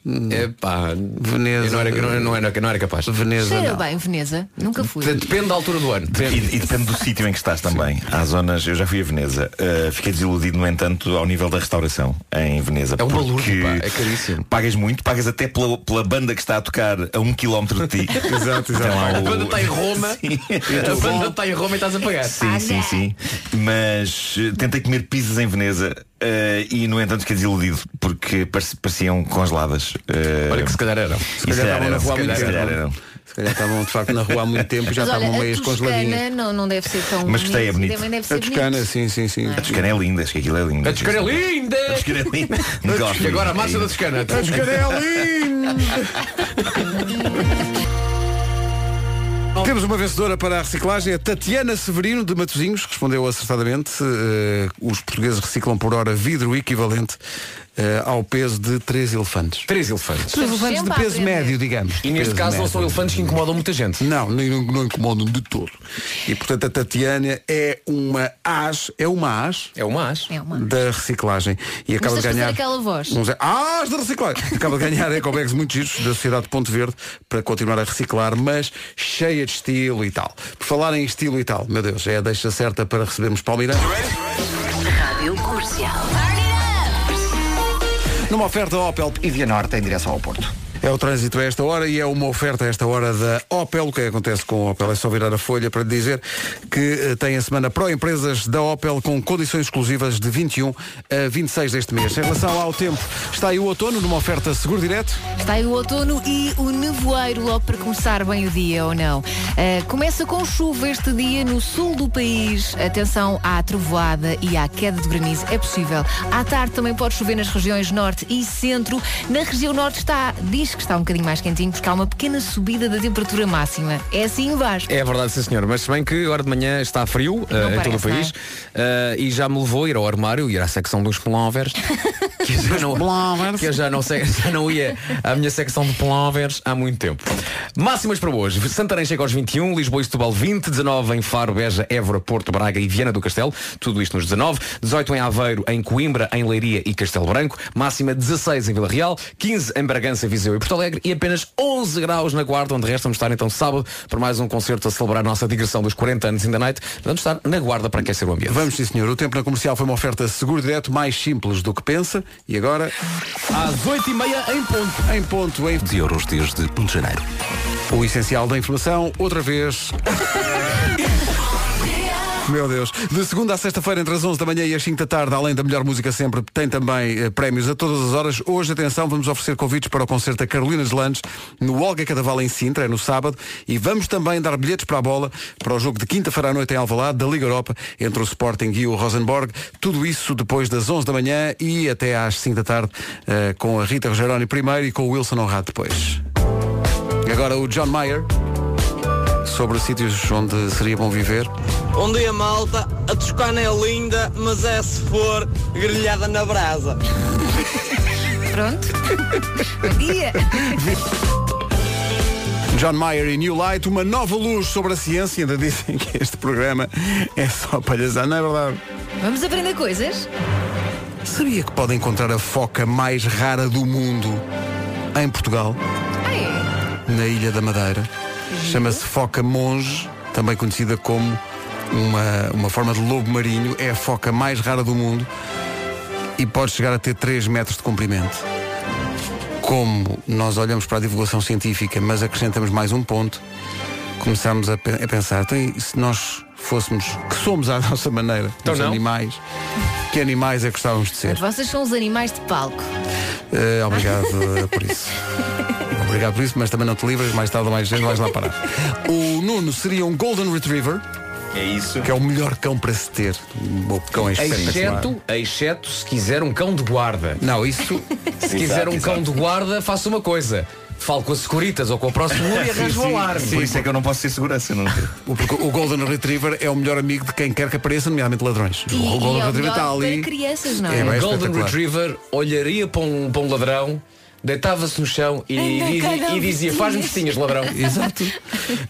hum, Epá, Veneza. eu não era, eu não, eu não era, não era capaz. Veneza. Cheira é, Não. bem, Veneza. Nunca fui. Depende da altura do ano. E, e depende do sítio em que estás também. Há zonas, eu já fui a Veneza, uh, fiquei desiludido, no entanto, ao nível da restauração em Veneza. É um balúrdio, porque pá, é caríssimo. Pagas muito, pagas até pela, pela banda que está a tocar a um quilómetro de ti. Então, Exato, exato. Tem lá A o- banda tá está em Roma. Sim. A banda está em Roma e estás a pagar. Sim, sim, sim. Mas eh, tentei comer pizzas em Veneza eh, e, no entanto, fiquei desiludido porque parec- pareciam congeladas. Eh, Olha que se calhar era. e se calhar estavam na eram, rua há se muito calhar- se calhar tempo. eram. Se calhar estavam de facto na rua há muito tempo e já tá Mas olha, estavam a meias congeladinhas. Toscana não, não deve ser tão Mas gostei, é bonito. bonito. Também deve ser A Toscana, bonito. sim, sim, sim. A Toscana é linda, acho que aquilo é lindo. A Toscana é linda! A Toscana é linda. Gosto. E agora a É marcha da isso. Toscana. Temos uma vencedora para a reciclagem, a Tatiana Severino de Matosinhos, respondeu acertadamente. eh, os portugueses reciclam por hora vidro equivalente eh, ao peso de três elefantes. Três elefantes. Três Estamos elefantes de sempre a peso aprender. médio, digamos. E neste Peso caso não médio. são elefantes que incomodam muita gente. Não, nem, não, não incomodam de todo. E portanto a Tatiana é uma as, é uma as É uma as. É uma. da reciclagem e acaba de tens de fazer ganhar aquela voz. uns as da reciclagem acaba de ganhar ecobags muito giros da sociedade Ponto Verde para continuar a reciclar mas cheia de estilo e tal por falar em estilo e tal meu Deus é a deixa certa para recebermos Palmeiras Rádio Comercial. numa oferta Opel E via norte em direção ao Porto. É o trânsito a esta hora e é uma oferta a esta hora da Opel. O que é que acontece com a Opel? É só virar a folha para dizer que eh, tem a semana pró-empresas da Opel com condições exclusivas de 21 a 26 deste mês. Em relação ao tempo, está aí o outono numa oferta seguro direto. Está aí o outono e o nevoeiro logo para começar bem o dia, ou não? Ah, começa com chuva este dia no sul do país. Atenção à trovoada e à queda de granizo. É possível. À tarde também pode chover nas regiões norte e centro. Na região norte está, diz 6, que está um bocadinho mais quentinho, porque há uma pequena subida da temperatura máxima. É assim em Vasco. É verdade, sim senhor, mas se bem que hora de manhã está frio eh, em todo o país parece, eh, e já me levou a ir ao armário, ir à secção dos pullovers, que eu já não, que eu já não, sei, já não ia à minha secção de pullovers há muito tempo. Máximas para hoje, Santarém chega aos 21, Lisboa e Setúbal 20, 19 em Faro, Beja, Évora, Porto, Braga e Viana do Castelo, tudo isto nos 19, 18 em Aveiro, em Coimbra, em Leiria e Castelo Branco, máxima 16 em Vila Real, 15 em Bragança, Viseu e Porto Alegre e apenas 11 graus na Guarda, onde resta vamos estar então sábado para mais um concerto a celebrar a nossa digressão dos 40 anos in the night. Vamos estar na Guarda para aquecer o ambiente. Vamos sim, senhor. O tempo na comercial foi uma oferta seguro direto mais simples do que pensa. E agora. Às 8h30 em ponto. Em ponto, em. De euros desde 1 de janeiro. O essencial da informação, outra vez. Meu Deus. De segunda à sexta-feira, entre as 11 da manhã e as 5 da tarde, além da melhor música sempre, tem também eh, prémios a todas as horas. Hoje, atenção, vamos oferecer convites para o concerto da Carolina Landes no Olga Cadaval em Sintra, é no sábado. E vamos também dar bilhetes para a bola para o jogo de quinta-feira à noite em Alvalade, da Liga Europa, entre o Sporting e o Rosenborg. Tudo isso depois das 11 da manhã e até às 5 da tarde, eh, com a Rita Rogeroni primeiro e com o Wilson Honrado depois. Agora o John Mayer, sobre sítios onde seria bom viver. Um dia malta, a Toscana é linda, mas é se for grelhada na brasa. Pronto. Bom dia. John Mayer e New Light, uma nova luz sobre a ciência. Ainda dizem que este programa é só palhaçada, não é verdade? Vamos aprender coisas? Sabia que pode encontrar a foca mais rara do mundo em Portugal, Ah, na Ilha da Madeira? Chama-se foca monge, também conhecida como uma, uma forma de lobo marinho. É a foca mais rara do mundo e pode chegar a ter 3 metros de comprimento. Como nós olhamos para a divulgação científica, mas acrescentamos mais um ponto, começamos a, pe- a pensar, "Então, e se nós fôssemos, que somos à nossa maneira, Então os não. animais, que animais é que gostávamos de é. ser? Vocês são os animais de palco. Eh, obrigado eh, por isso. Obrigado por isso, mas também não te livras, mais tarde ou mais cedo vais lá parar. O Nuno seria um Golden Retriever. É isso. Que é o melhor cão para se ter. O cão é espetacular. Exceto, exceto se quiser um cão de guarda. Não, isso. Se Exato, quiser um exato. cão de guarda, faça uma coisa. Fale com as securitas ou com o próximo e arranja um o alarme. Por isso é que eu não posso ser segurança, não. é? O, porque o Golden Retriever é o melhor amigo de quem quer que apareça, nomeadamente ladrões. E, o e Golden é o Retriever melhor está para ali. crianças, não é? um bem Golden espetacular. Retriever olharia para um, para um ladrão, deitava-se no chão e, Anda, e- calhão, e dizia, vestinhas." faz-me vestinhas, ladrão. Exato.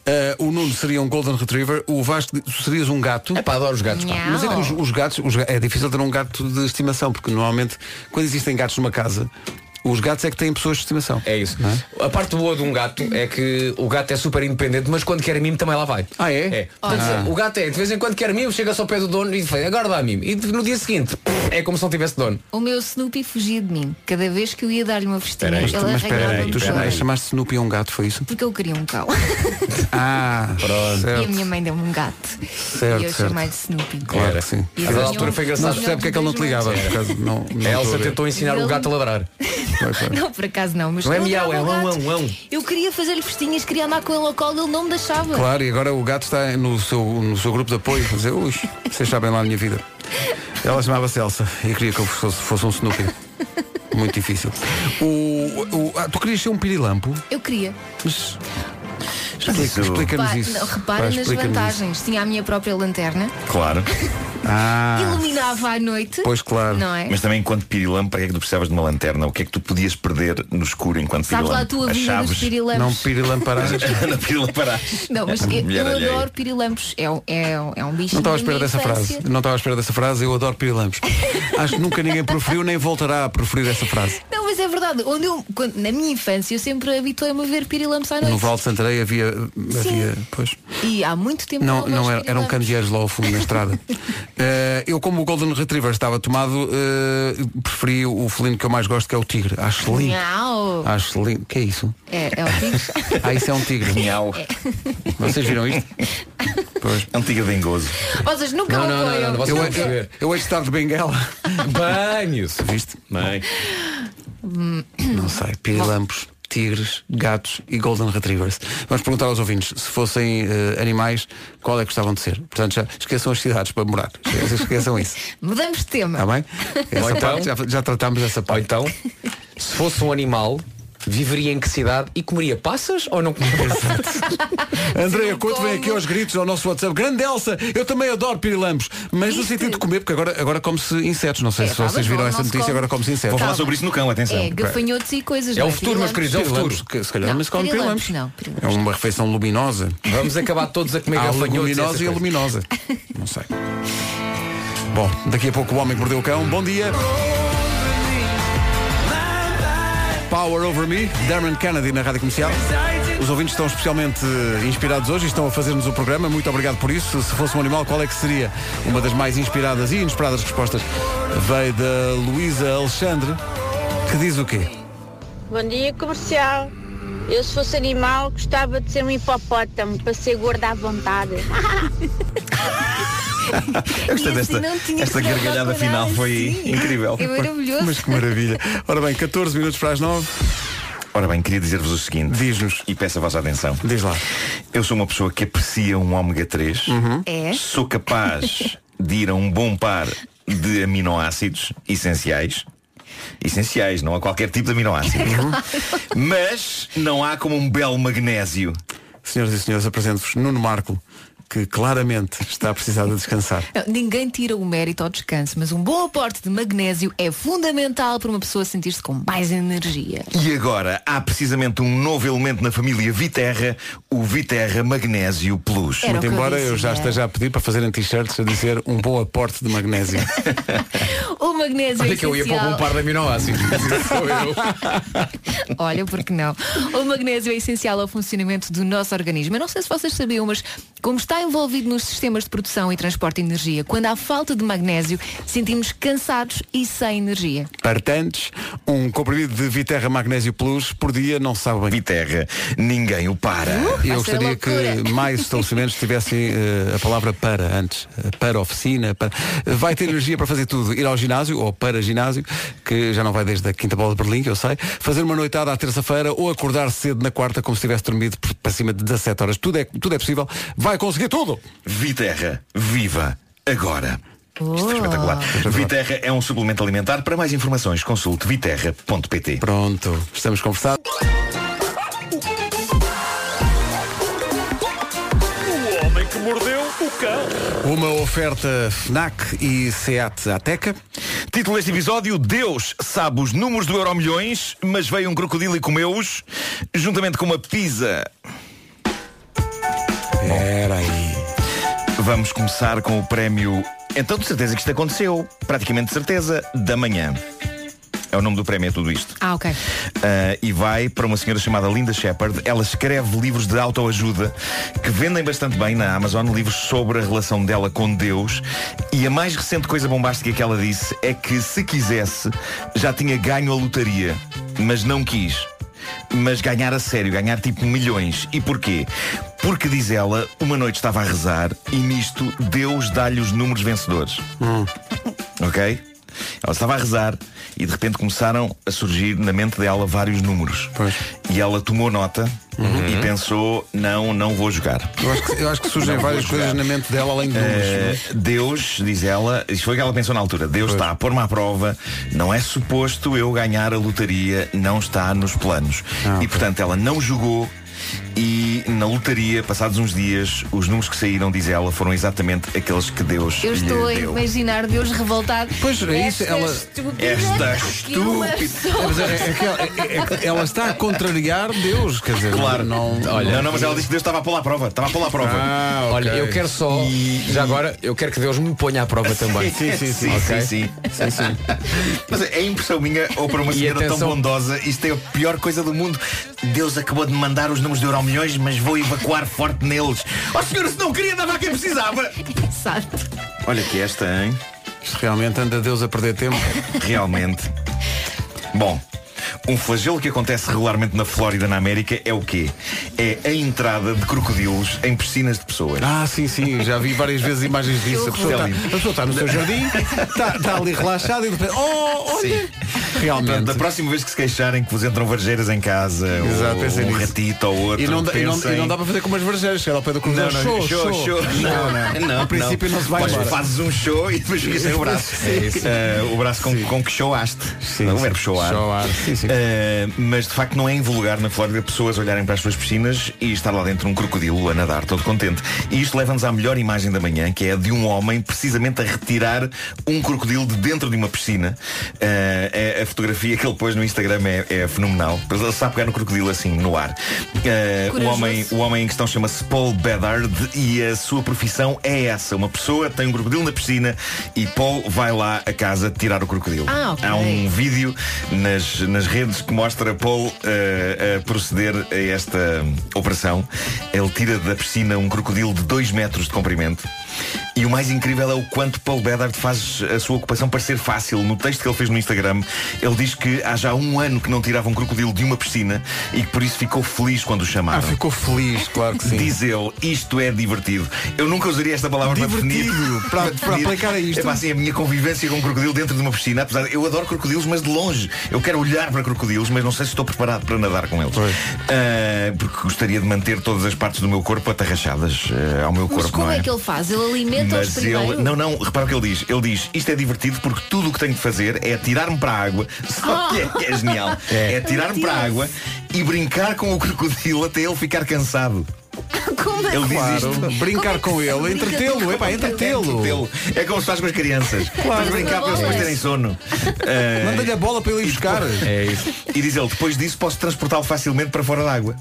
Eh, o Nuno seria um Golden Retriever, o Vasco de- serias um gato. É pá, adoro os gatos. pá. Mas é que os, os gatos, os ga- é difícil ter um gato de estimação, porque normalmente quando existem gatos numa casa, os gatos é que têm pessoas de estimação. É isso. A parte boa de um gato é que o gato é super independente, mas quando quer mimo também lá vai. Ah, é? Portanto, Ah. O gato é, de vez em quando quer mimo, chega-se ao pé do dono e faz, agora dá mimo. E no dia seguinte, é como se não tivesse dono. O meu Snoopy fugia de mim. Cada vez que eu ia dar-lhe uma vestinha, Mas ele tu- mas espera arranhava um aí, tu chama- me chamaste Snoopy a um gato, foi isso? porque eu queria um cão. Ah, E a certo. minha mãe deu-me um gato. Certo, e eu certo. chamei-lhe Snoopy. Claro que sim. E eles tinham- Não eles percebe porque é que ele não te ligava. por causa- Não, não A estou Elsa a ver. tentou ensinar o gato a ladrar. Não, por acaso não, mas Não é eu miau, adorava um, é o uau, gato. uau, uau. Eu queria fazer-lhe festinhas, queria andar com ele ao colo, ele não me deixava. Claro, e agora o gato está no seu, no seu grupo de apoio a dizer, ui, vocês sabem lá a minha vida. Ela chamava-se Elsa e eu queria que eu fosse, fosse um Snoopy. Muito difícil. O, o- ah, tu querias ser um pirilampo? Eu queria. Mas explica- explica-nos Pá, isso. não, Pá, repara nas explica-nos isso. vantagens. Tinha a minha própria lanterna, Claro. Ah, iluminava à noite. pois claro. Não é? Mas também enquanto pirilampo, para que é que tu precisavas de uma lanterna? O que é que tu podias perder no escuro enquanto Sabes lá a pirilampo? tua As vida dos chaves. pirilampos. pirilamparás. Não pirilamparás. Não, mas eu, Mulher eu alheia. adoro pirilampos. É, um- é, um- é um bicho. Não estava à espera dessa frase. Não estava à espera dessa frase. Eu adoro pirilampos. Acho que nunca ninguém proferiu nem voltará a proferir essa frase. Não, mas é verdade. Onde eu, quando- na minha infância eu sempre habituei-me a ver pirilampos à noite. No Val de Santarém havia, havia pois. E há muito tempo Não, que não, não era, vejo um eram pirilampos. candeeiros lá ao fundo na estrada. Eh, eu, como o Golden Retriever estava tomado, eh, preferi o felino que eu mais gosto, que é o tigre. Acho lindo. Miau. Acho lindo. Que é isso? É, é o fixe. Ah, isso é um tigre. Miau. Vocês viram isto? Pois. É um tigre dengoso. Vocês nunca Não, não, não, apoiam. não, vocês Eu, vão perceber. eu, eu hei de estar de Benguela. Banhos. Viste? Bem. Não sei. Pirilampos, tigres, gatos e Golden Retrievers. Vamos perguntar aos ouvintes, se fossem eh, animais, qual é que gostavam de ser? Portanto, já esqueçam as cidades para morar. Esqueçam isso. Mudamos de tema. Ah, Está bem? Essa Ou então- parte já, já tratámos essa parte. Então, se fosse um animal, viveria em que cidade e comeria passas ou não comeria passas? Andréia Couto vem aqui aos gritos ao nosso WhatsApp. Grande Elsa, eu também adoro pirilampos, mas no sentido de comer, porque agora, agora come-se insetos. Não sei É, se pá, mas vocês viram não- essa não se notícia, come. agora come-se insetos. Vou falar sobre isso no cão, Tá um É, gafanhotos e coisas. não é? Pirilampos. Se calhar Não, não se come pirilampos, pirilampos. Não, É uma refeição luminosa. Vamos acabar todos a comer Há gafanhotos e luminosa essas e a coisas. luminosa. Não sei. Bom, daqui a pouco o homem que mordeu o cão. Bom dia. Power Over Me, Darren Kennedy na Rádio Comercial. Os ouvintes estão especialmente eh, inspirados hoje e estão a fazer-nos o programa. Muito obrigado por isso. Se fosse um animal, qual é que seria? Uma das mais inspiradas e inesperadas respostas veio da Luísa Alexandre, que diz o quê? Bom dia, comercial. Eu, se fosse animal, gostava de ser um hipopótamo para ser gorda à vontade. Eu gostei desta, esta gargalhada final, foi incrível. É maravilhoso. Mas que maravilha. Ora bem, 14 minutos para as 9. Ora bem, queria dizer-vos o seguinte. Diz-nos. E peço a vossa atenção. Diz lá. Eu sou uma pessoa que aprecia um ômega 3. Uhum. É? Sou capaz de ir a um bom par de aminoácidos essenciais. Essenciais, não a qualquer tipo de aminoácido. Mas não há como um belo magnésio. Senhoras e senhores, apresento-vos Nuno Marco, que claramente está a precisar de descansar. Não, ninguém tira o mérito ao descanso, mas um bom aporte de magnésio é fundamental para uma pessoa sentir-se com mais energia. E agora há precisamente um novo elemento na família Viterra, o Viterra Magnésio Plus. Era o Muito que eu embora disse, eu já não é? esteja a pedir para fazerem t-shirts a dizer um bom aporte de magnésio. O magnésio é Olha que eu ia para essencial- algum par de aminoácidos. Sou eu. Olha, porque não? O magnésio é essencial ao funcionamento do nosso organismo. Eu não sei se vocês sabiam, mas como está envolvido nos sistemas de produção e transporte de energia, quando há falta de magnésio, sentimos cansados e sem energia. Partantes, um comprimido de Viterra Magnésio Plus por dia não sabe bem. Viterra, ninguém o para. vai ser eu gostaria loucura. que mais estabelecimentos tivessem eh, a palavra para antes. Eh, Para oficina, para... Vai ter energia para fazer tudo. Ir ao ginásio, ou para ginásio, que já não vai desde a quinta bola de Berlim, que eu sei. Fazer uma noitada à terça-feira ou acordar cedo na quarta como se tivesse dormido por- para cima de 17 horas. Tudo é, tudo é possível. Vai conseguir tudo! Viterra, viva agora. Isto é Oh. espetacular. Viterra é um suplemento alimentar. Para mais informações, consulte viterra.pt. Pronto, estamos conversados. O homem que mordeu o cão. Uma oferta FNAC e SEAT Ateca. Título deste episódio, Deus sabe os números do Euro Milhões, mas veio um crocodilo e comeu-os, juntamente com uma pizza. Espera aí. Vamos começar com o prémio. Então, de certeza que isto aconteceu. Praticamente de certeza, da manhã. É o nome do prémio, é tudo isto. Ah, ok. Ah, e vai para uma senhora chamada Linda Shepard. Ela escreve livros de autoajuda que vendem bastante bem na Amazon, livros sobre a relação dela com Deus. E a mais recente coisa bombástica que ela disse é que se quisesse já tinha ganho a lotaria, mas não quis. Mas ganhar a sério, ganhar tipo milhões. E porquê? Porque, diz ela, uma noite estava a rezar e nisto Deus dá-lhe os números vencedores. Ok? Ela estava a rezar e de repente começaram a surgir na mente dela vários números. E ela tomou nota Uhum. e pensou, não, não vou jogar. Eu acho que, eu acho que surgem Não vou várias coisas jogar. na mente dela além de números. não é? Eh, Deus, diz ela, isto foi o que ela pensou na altura, Deus está a pôr-me à prova, não é suposto eu ganhar a lotaria, não está nos planos. e portanto ela não jogou e na lotaria, passados uns dias, os números que saíram, diz ela, foram exatamente aqueles que Deus Eu estou a lhe deu. imaginar Deus revoltado. Pois é isso, ela- que Esta uma pessoa- Mas é- é que ela- é- é- ela está a contrariar Deus, quer dizer, Claro, não. Olha, não, não, mas ela disse que Deus estava a pôr à prova. Estava a pôr à prova. Olha, eu quero só, já agora, eu quero que Deus me ponha à prova também. Sim, sim, sim, Ok? sim, sim. Mas é impressão minha, ou para uma E senhora atenção- tão bondosa, isto é a pior coisa do mundo. Deus acabou de mandar os números de euro milhões, mas vou evacuar forte neles. Ó senhora, se não queria, dava a quem precisava. Exato. Olha que esta, hein? Isto realmente anda Deus a perder tempo. Realmente. Bom, um flagelo que acontece regularmente na Flórida, na América, é o quê? É a entrada de crocodilos em piscinas de pessoas. Ah, sim, sim, já vi várias vezes imagens disso. A pessoa está, a pessoa está no seu jardim, está, está ali relaxada e de repente. Oh, olha! Realmente. da próxima vez que se queixarem que vos entram varjeiras em casa, Exato, ou pensem um nisso. ratito ou outro, E não, dá- e não- pensem... e não dá para fazer com umas varjeiras, chegar ao pé do cruzado. não, show, show, show. Não, não. Não, no princípio não, se vai Pois, embora. É Fazes um show e depois fica sem o braço. Sim. Eh, o braço com, com que showaste. Não, o verbo showar. Showar, sim, sim. Eh, Uh, mas de facto não é invulgar na Flórida pessoas olharem para as suas piscinas e estar lá dentro um crocodilo a nadar todo contente. E isto leva-nos à melhor imagem da manhã, que é a de um homem precisamente a retirar um crocodilo de dentro de uma piscina. Uh, é- a fotografia que ele pôs no Instagram é, é fenomenal. Mas Ele sabe pegar no crocodilo assim, no ar. Uh, o, Corajoso. homem, o homem em questão chama-se Paul Bedard e a sua profissão é essa. Uma pessoa tem um crocodilo na piscina e Paul vai lá a casa tirar o crocodilo. Ah, ok. Há um vídeo nas, nas redes que mostra Paul eh, a proceder a esta hum, operação. Ele tira da piscina um crocodilo de 2 metros de comprimento. E o mais incrível é o quanto Paul Bedard faz a sua ocupação parecer fácil. No texto que ele fez no Instagram, ele diz que há já um ano que não tirava um crocodilo de uma piscina e que por isso ficou feliz quando o chamaram. Ah, ficou feliz, claro que sim. Diz ele, isto é divertido. Eu nunca usaria esta palavra Divertido, para- para definir. para aplicar a isto. É pá, assim, a minha convivência com um crocodilo dentro de uma piscina, apesar de eu adoro crocodilos, mas de longe. Eu quero olhar para crocodilos, mas não sei se estou preparado para nadar com eles. Ah, porque gostaria de manter todas as partes do meu corpo atarrachadas ah, ao meu Mas corpo, como não é que ele faz? Ele alimenta-os mas primeiro? ele. Não, não, repara o que ele diz. Ele diz, isto é divertido porque tudo o que tenho de fazer é tirar-me para a água. Só que é, que é genial. É, tirar-me para a água e brincar com o crocodilo até ele ficar cansado. Como é Ele diz Claro, isto. brincar com ele, entretê-lo, epá, entretê-lo. É como se faz com as crianças. Claro. Faz brincar para eles depois terem sono. Eh, Manda-lhe a bola para ele ir buscar. É isso. E diz ele, depois disso posso transportá-lo facilmente para fora da água.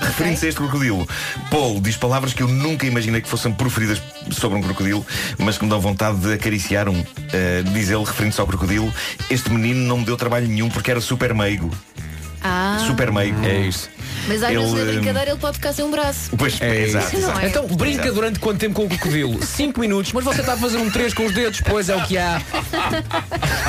Referindo-se a este crocodilo, Paul diz palavras que eu nunca imaginei que fossem proferidas sobre um crocodilo, mas que me dão vontade de acariciar um. Eh, diz ele, referindo-se ao crocodilo, este menino não me deu trabalho nenhum porque era super meigo. Ah, Super meigo. É isso. mas às vezes na Ele, eh, hum, brincadeira ele pode ficar sem um braço. Pois, é, exato, Não exato. é? Então brinca Exato. durante quanto tempo com o crocodilo? 5 minutos, mas você está a fazer um 3 com os dedos, pois é o que há.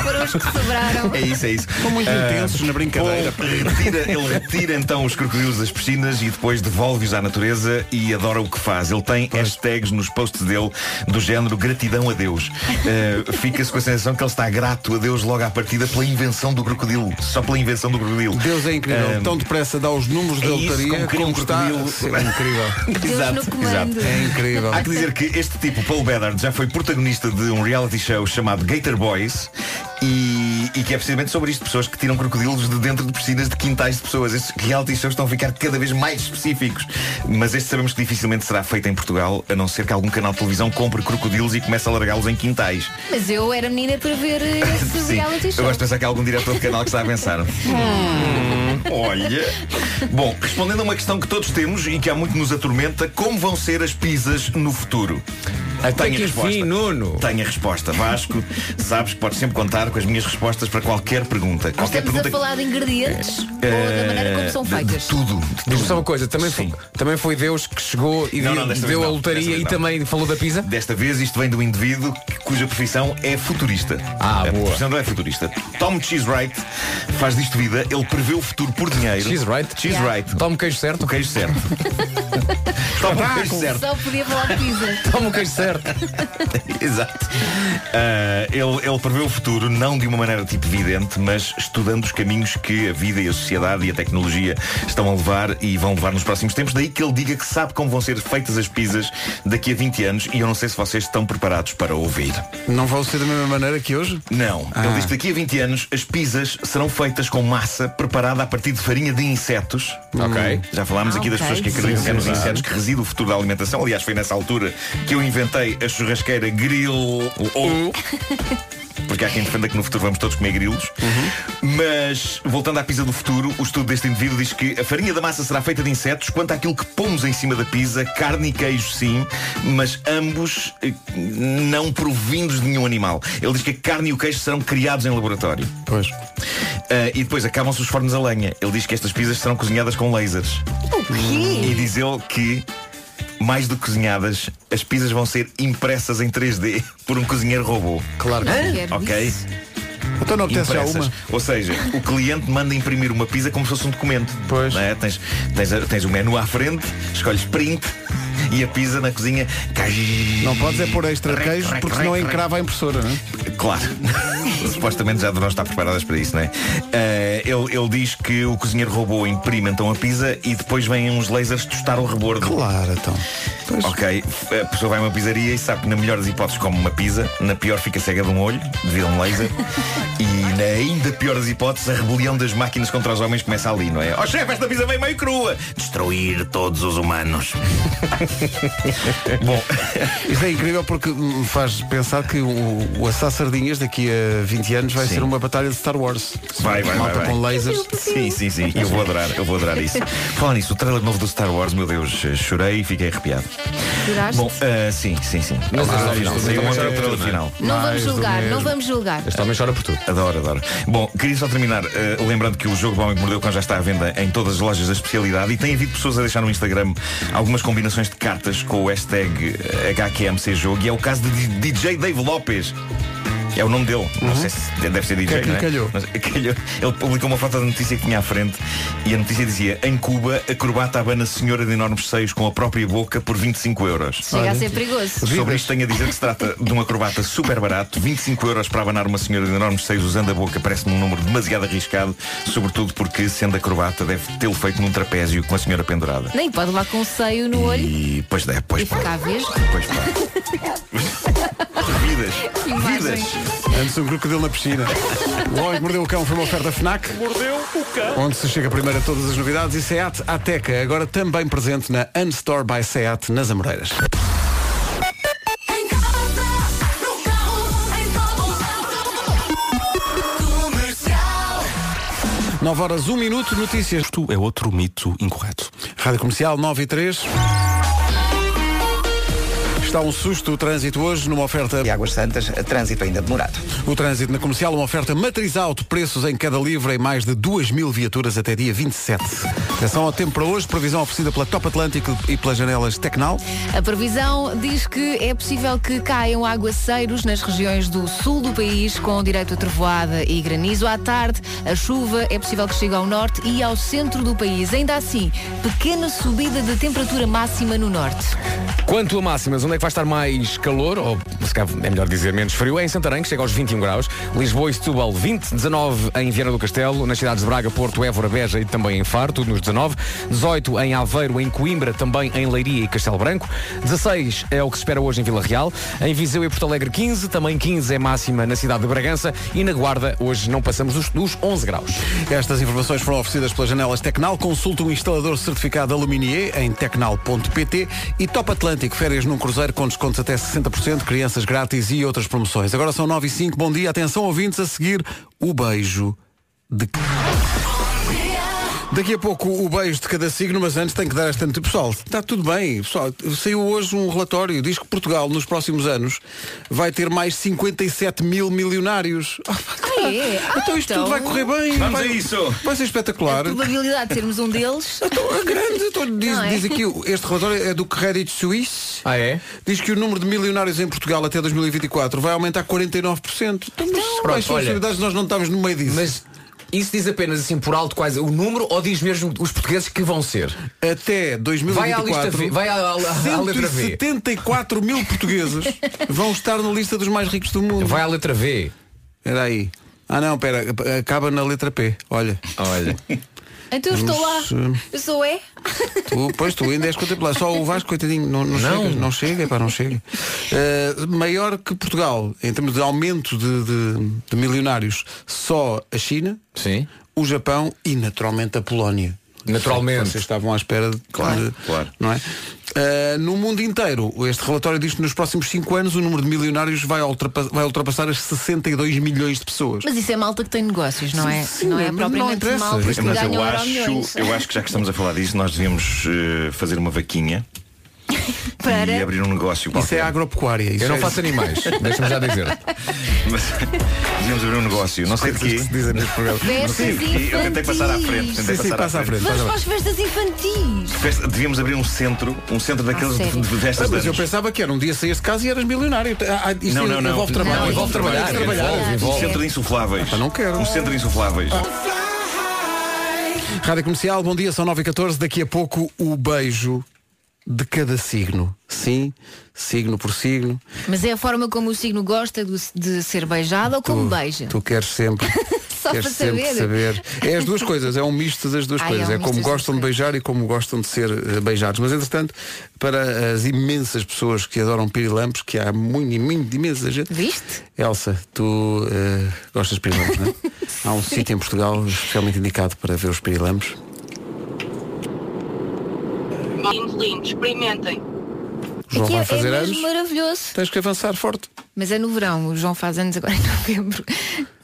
Foram os que sobraram. É isso, é isso. São muito intensos na brincadeira. retira, ele retira então os crocodilos das piscinas e depois devolve-os à natureza e adora o que faz. Ele tem hashtags nos posts dele do género gratidão a Deus. Uh, Fica-se com a sensação que ele está grato a Deus logo à partida pela invenção do crocodilo. Só pela invenção do crocodilo. Deus é incrível. Um, Tão depressa dá os números da é isso, lotaria como cria um como está. crocodilo. Sim, É incrível. É incrível. Há que dizer que este tipo, Paul Bedard, já foi protagonista de um reality show chamado Gator Boys e, e que é precisamente sobre isto, pessoas que tiram crocodilos de dentro de piscinas de quintais de pessoas. Estes reality shows estão a ficar cada vez mais específicos. Mas este sabemos que dificilmente será feito em Portugal, a não ser que algum canal de televisão compre crocodilos e comece a largá-los em quintais. Mas eu era menina para ver eh, esse Sim, reality eu show. Ah. gosto de pensar que há algum diretor de canal que está a pensar. Hum, Olha. Bom, respondendo a uma questão que todos temos e que há muito nos atormenta, como vão ser as pizzas no futuro? Tenho a que resposta. enfim, Nuno. Tenho a resposta. Vasco, sabes que podes sempre contar com as minhas respostas para qualquer pergunta. Qualquer Estamos pergunta a falar de ingredientes ou que- da maneira como são Eh, de- feitas? De tudo. de tudo. Diz-me só uma coisa, também foi, também foi Deus que chegou e Não, deu- não, desta vez deu a não, desta lotaria vez e não. também falou da pizza? Desta vez isto vem do indivíduo que- cuja profissão é futurista. Ah, a profissão não é futurista. Tom Cheesewright faz disto vida, ele prevê o futuro por dinheiro. Cheesewright? Cheesewright. Toma o queijo certo? O queijo certo. Toma o queijo certo. Ah, Só podia falar de pizza. Toma o queijo certo. Exato. Ah, ele, ele prevê o futuro não de uma maneira tipo vidente, mas estudando os caminhos que a vida e a sociedade e a tecnologia estão a levar e vão levar nos próximos tempos. Daí que ele diga que sabe como vão ser feitas as pizzas daqui a 20 anos e eu não sei se vocês estão preparados para ouvir. Não vão ser da mesma maneira que hoje? Não. Ah. Ele diz que daqui a 20 anos as pizzas serão feitas com massa preparada a partir de farinha de insetos. Ok. Já falámos Ah, aqui das ok. pessoas que acreditam Sim, que é nos sim, sim. insetos que reside o futuro da alimentação. Aliás, foi nessa altura que eu inventei a churrasqueira grill ou. Porque há quem defenda que no futuro vamos todos comer grilos. Uhum. Mas, voltando à pizza do futuro, o estudo deste indivíduo diz que a farinha da massa será feita de insetos, quanto àquilo que pomos em cima da pizza, carne e queijo sim, mas ambos eh, não provindos de nenhum animal. Ele diz que a carne e o queijo serão criados em laboratório. Eh, Pois. e depois acabam-se os fornos a lenha. Ele diz que estas pizzas serão cozinhadas com lasers. O E quê? diz ele que, mais do que cozinhadas, as pizzas vão ser impressas em 3D por um cozinheiro robô. Claro que Hã? sim. Ok? Então não apetece já Impressas. uma? Ou seja, o cliente manda imprimir uma pizza como se fosse um documento. Pois. Tens, tens, a- tens o menu à frente, escolhes print e a pizza na cozinha. Não podes é pôr extra queijo porque senão encrava a impressora, não é? Claro. Supostamente já deverão estar preparadas para isso, não é? Eh, ele, ele diz que o cozinheiro robô imprime então a pizza e depois vêm uns lasers tostar o rebordo. Claro, então. Ok, a pessoa vai a uma pizzaria e sabe que na melhor das hipóteses come uma pizza, na pior fica cega de um olho, devido a um laser, e Na ainda pior das hipóteses, a rebelião das máquinas contra os homens começa ali, não é? Ó chefe, esta pizza vem meio crua. Destruir todos os humanos. Bom, Isto é incrível porque me faz pensar que o, o assar sardinhas daqui a 20 anos vai ser uma batalha de Star Wars. Vai, vai, vai, Malta vai. com lasers. Sim, sim, sim. Eu vou adorar, eu vou adorar isso. Falando nisso, o trailer novo do Star Wars, meu Deus, chorei e fiquei arrepiado. Juraste? Bom, ah, sim, sim, sim. Não Olá, sei se final, ouviste, saiu mas ontem é- o trailer final. Não vamos julgar, não vamos julgar. Este homem chora por tudo. Adoro, adoro. Bom, queria só terminar eh, lembrando que o jogo do Homem que Mordeu o Cão já está à venda em todas as lojas da especialidade e tem havido pessoas a deixar no Instagram algumas combinações de cartas com o hashtag eh, HQMC Jogo e é o caso de D- DJ Dave Lopes. É o nome dele. Não sei se deve ser DJ, Que Uhum. é que lhe não é? calhou? Mas, eh, calhou. Ele publicou uma foto da notícia que tinha à frente e a notícia dizia em Cuba, a corbata abana a senhora de enormes seios com a própria boca por 25 euros. Chega a ser perigoso. Sobre isto tenho a dizer que se trata de um acrobata super barato, 25 euros para abanar uma senhora de enormes seios usando a boca parece-me um número demasiado arriscado, sobretudo porque, sendo acrobata, deve tê-lo feito num trapézio com a senhora pendurada. Nem pode levar com um seio no olho E pois é, pois e ficar vesgo. Pois vidas. Que imagem. Antes um crocodilo na piscina. O Homem que Mordeu o Cão foi uma oferta FNAC. Mordeu o cão. Onde se chega primeiro a todas as novidades e SEAT Ateca, agora também presente na Unstore by SEAT nas Amoreiras. Comercial. 9 horas, 1 minuto, notícias. Isto é outro mito incorreto. Rádio Comercial 9 e 3. Está um susto o trânsito hoje numa oferta. E Águas Santas, trânsito ainda demorado. O trânsito na comercial, uma oferta matriz alto, preços em cada livro em mais de 2 mil viaturas até dia 27. Atenção ao tempo para hoje, previsão oferecida pela Top Atlântico e pelas janelas Tecnal. A previsão diz que é possível que caiam aguaceiros nas regiões do sul do país, com direito a trovoada e granizo. À tarde, a chuva é possível que chegue ao norte e ao centro do país. Ainda assim, pequena subida de temperatura máxima no norte. Quanto a máximas, onde é que vai estar mais calor, ou se calhar é melhor dizer menos frio, é em Santarém, que chega aos 21 graus, Lisboa e Setúbal 20, 19 em Viana do Castelo, nas cidades de Braga, Porto, Évora, Beja e também em Faro, tudo nos 19, 18 em Aveiro, em Coimbra, também em Leiria e Castelo Branco, 16 é o que se espera hoje em Vila Real, em Viseu e Porto Alegre 15, também 15 é máxima na cidade de Bragança e na Guarda hoje não passamos dos, dos 11 graus. Estas informações foram oferecidas pelas janelas Tecnal. Consulte um instalador certificado Aluminier em tecnal.pt e Top Atlântico, férias num cruzeiro com descontos até 60%, crianças grátis e outras promoções. Agora são 9 e 5, bom dia, atenção ouvintes, a seguir o beijo de... Daqui a pouco o beijo de cada signo, mas antes tenho que dar esta notícia. Pessoal, está tudo bem. Pessoal, saiu hoje um relatório, diz que Portugal nos próximos anos vai ter mais 57 mil milionários. Ah, é? Ah, então isto tudo vai correr bem. Vamos vai, a isso. Vai ser A espetacular. probabilidade de termos um deles. Estou grande, estou Diz, É Não é? diz aqui, este relatório é do Credit Suisse. Ah, é? Diz que o número de milionários em Portugal até 2024 vai aumentar 49%. Então, mas quais são as possibilidades de nós não estamos no meio disso? Mas isso diz apenas assim por alto quase o número ou diz mesmo os portugueses que vão ser? Até 2024, Vai à lista V, vai à- à- à letra V. 174 mil portugueses vão estar na lista dos mais ricos do mundo. Vai à letra V. Espera aí. Ah não, espera, acaba na letra P. Olha. Olha. Então eu estou lá. Vamos, eh, Eu sou é. Tu, pois tu ainda és contemplado. Só o Vasco, coitadinho, não, não, chega. Não chega, pá, não chega. Uh, maior que Portugal, em termos de aumento de, de- de milionários, só a China, Sim. o Japão e naturalmente a Polónia. Naturalmente. Vocês estavam à espera de. Claro, claro. Não é? Uh, no mundo inteiro, este relatório diz que nos próximos 5 anos o número de milionários vai, ultrapa- vai ultrapassar as 62 milhões de pessoas. Mas isso é malta que tem negócios, não é? não é mas propriamente não interessa. mal porque Mas ganham eu euro acho, eu acho que já que estamos a falar disso, nós devíamos eh, fazer uma vaquinha e Para. abrir um negócio Isso é agropecuária. isso Eu não é- faço animais, deixa-me já dizer. Mas devíamos abrir um negócio, não sei de quê. Não sei de quê, Eu tentei passar à frente. Sim, Tentei sim, passar passa à frente. passa à frente. frente. Às festas infantis. Festa- Devíamos abrir um centro, um centro daqueles de, sério? de Ah, festas de mas eu anos. pensava que era um dia saías de casa e eras milionário. Ah, ah, isto não, não, não. envolve trabalho. Tem Não, que trabalhar. Ah, Um centro de insufláveis. não quero. Um centro de insufláveis. Rádio Comercial, bom dia, são 9 e 14 Daqui a pouco o beijo de cada signo. Sim, signo por signo. Mas é a forma como o signo gosta do- de ser beijado ou como beija. Tu queres sempre. Só Queres para sempre saber. É as duas coisas, é um misto das duas Ai, coisas. é um É, misto como das duas gostam de beijar e como gostam de ser eh, beijados. Mas entretanto, para as imensas pessoas que adoram pirilampos, que há muito, muito imensa gente. Viste? Elsa, tu eh, gostas de pirilampos, não é? Há um Sim. sítio em Portugal especialmente indicado para ver os pirilampos. Lindo, lindo, experimentem. O João Aqui vai é, fazer é anos. mesmo maravilhoso. Tens que avançar forte. Mas é no verão, o João faz anos agora em novembro.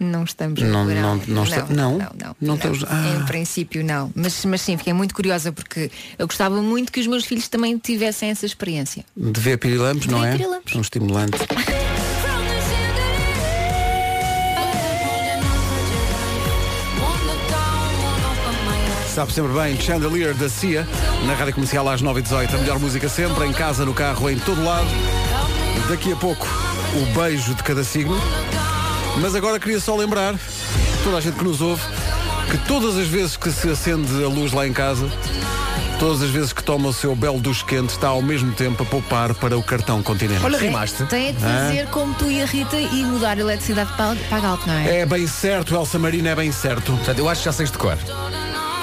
Não estamos no Não, verão. não, não está- não? não, não, Não estamos- Ah. Em princípio não. Mas, mas sim, fiquei muito curiosa porque eu gostava muito que os meus filhos também tivessem essa experiência. De ver pirilampos, De não ver é? pirilampos. É um estimulante. Sabe sempre bem, Chandelier da CIA, na Rádio Comercial às 9h18. A melhor música sempre, em casa, no carro, em todo lado. Daqui a pouco, o beijo de cada signo. Mas agora queria só lembrar, toda a gente que nos ouve, que todas as vezes que se acende a luz lá em casa, todas as vezes que toma o seu belo dos quente, está ao mesmo tempo a poupar para o cartão continente. Tem é que Ah. fazer como tu e a Rita e mudar a eletricidade para para alto, não é? É bem certo, Elsa Marina, é bem certo. Portanto, eu acho que já sei de cor.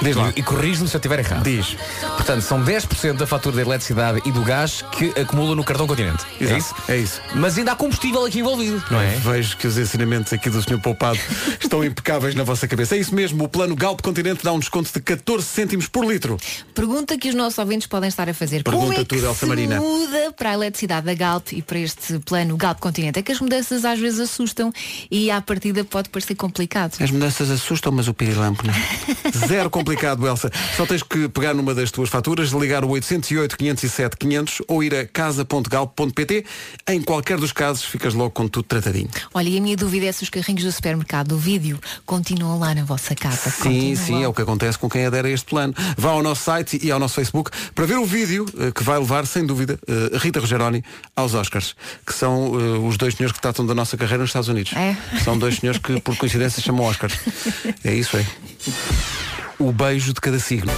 Diz lá. E, e corrige-me se eu estiver errado. Diz. Portanto, são 10% da fatura da eletricidade e do gás que acumula no cartão continente. É Exato, isso? É isso. Mas ainda há combustível aqui envolvido, não é? Vejo que os ensinamentos aqui do Sr. Poupado estão impecáveis na vossa cabeça. É isso mesmo, o plano Galp Continente dá um desconto de 14 cêntimos por litro. Pergunta que os nossos ouvintes podem estar a fazer. Como Pergunta é que tudo, Elsa se Marina. muda para a eletricidade da Galp e para este plano Galp Continente? É que as mudanças às vezes assustam e à partida pode parecer complicado. As mudanças assustam, mas o pirilampo não. Zero complicado, Elsa. Só tens que pegar numa das tuas faturas, ligar o 808-507-500 ou ir a casa.galp.pt. Em qualquer dos casos, ficas logo com tudo tratadinho. Olha, e a minha dúvida é se os carrinhos do supermercado do vídeo continuam lá na vossa casa. Sim, sim, é o que acontece com quem adere a este plano. Vá ao nosso site e ao nosso Facebook para ver o vídeo eh, que vai levar, sem dúvida, eh, Rita Rogeroni aos Oscars, que são eh, os dois senhores que tratam da nossa carreira nos Estados Unidos. É. São dois senhores que, por coincidência, se chamam Oscars. É isso, é. O beijo de cada signo.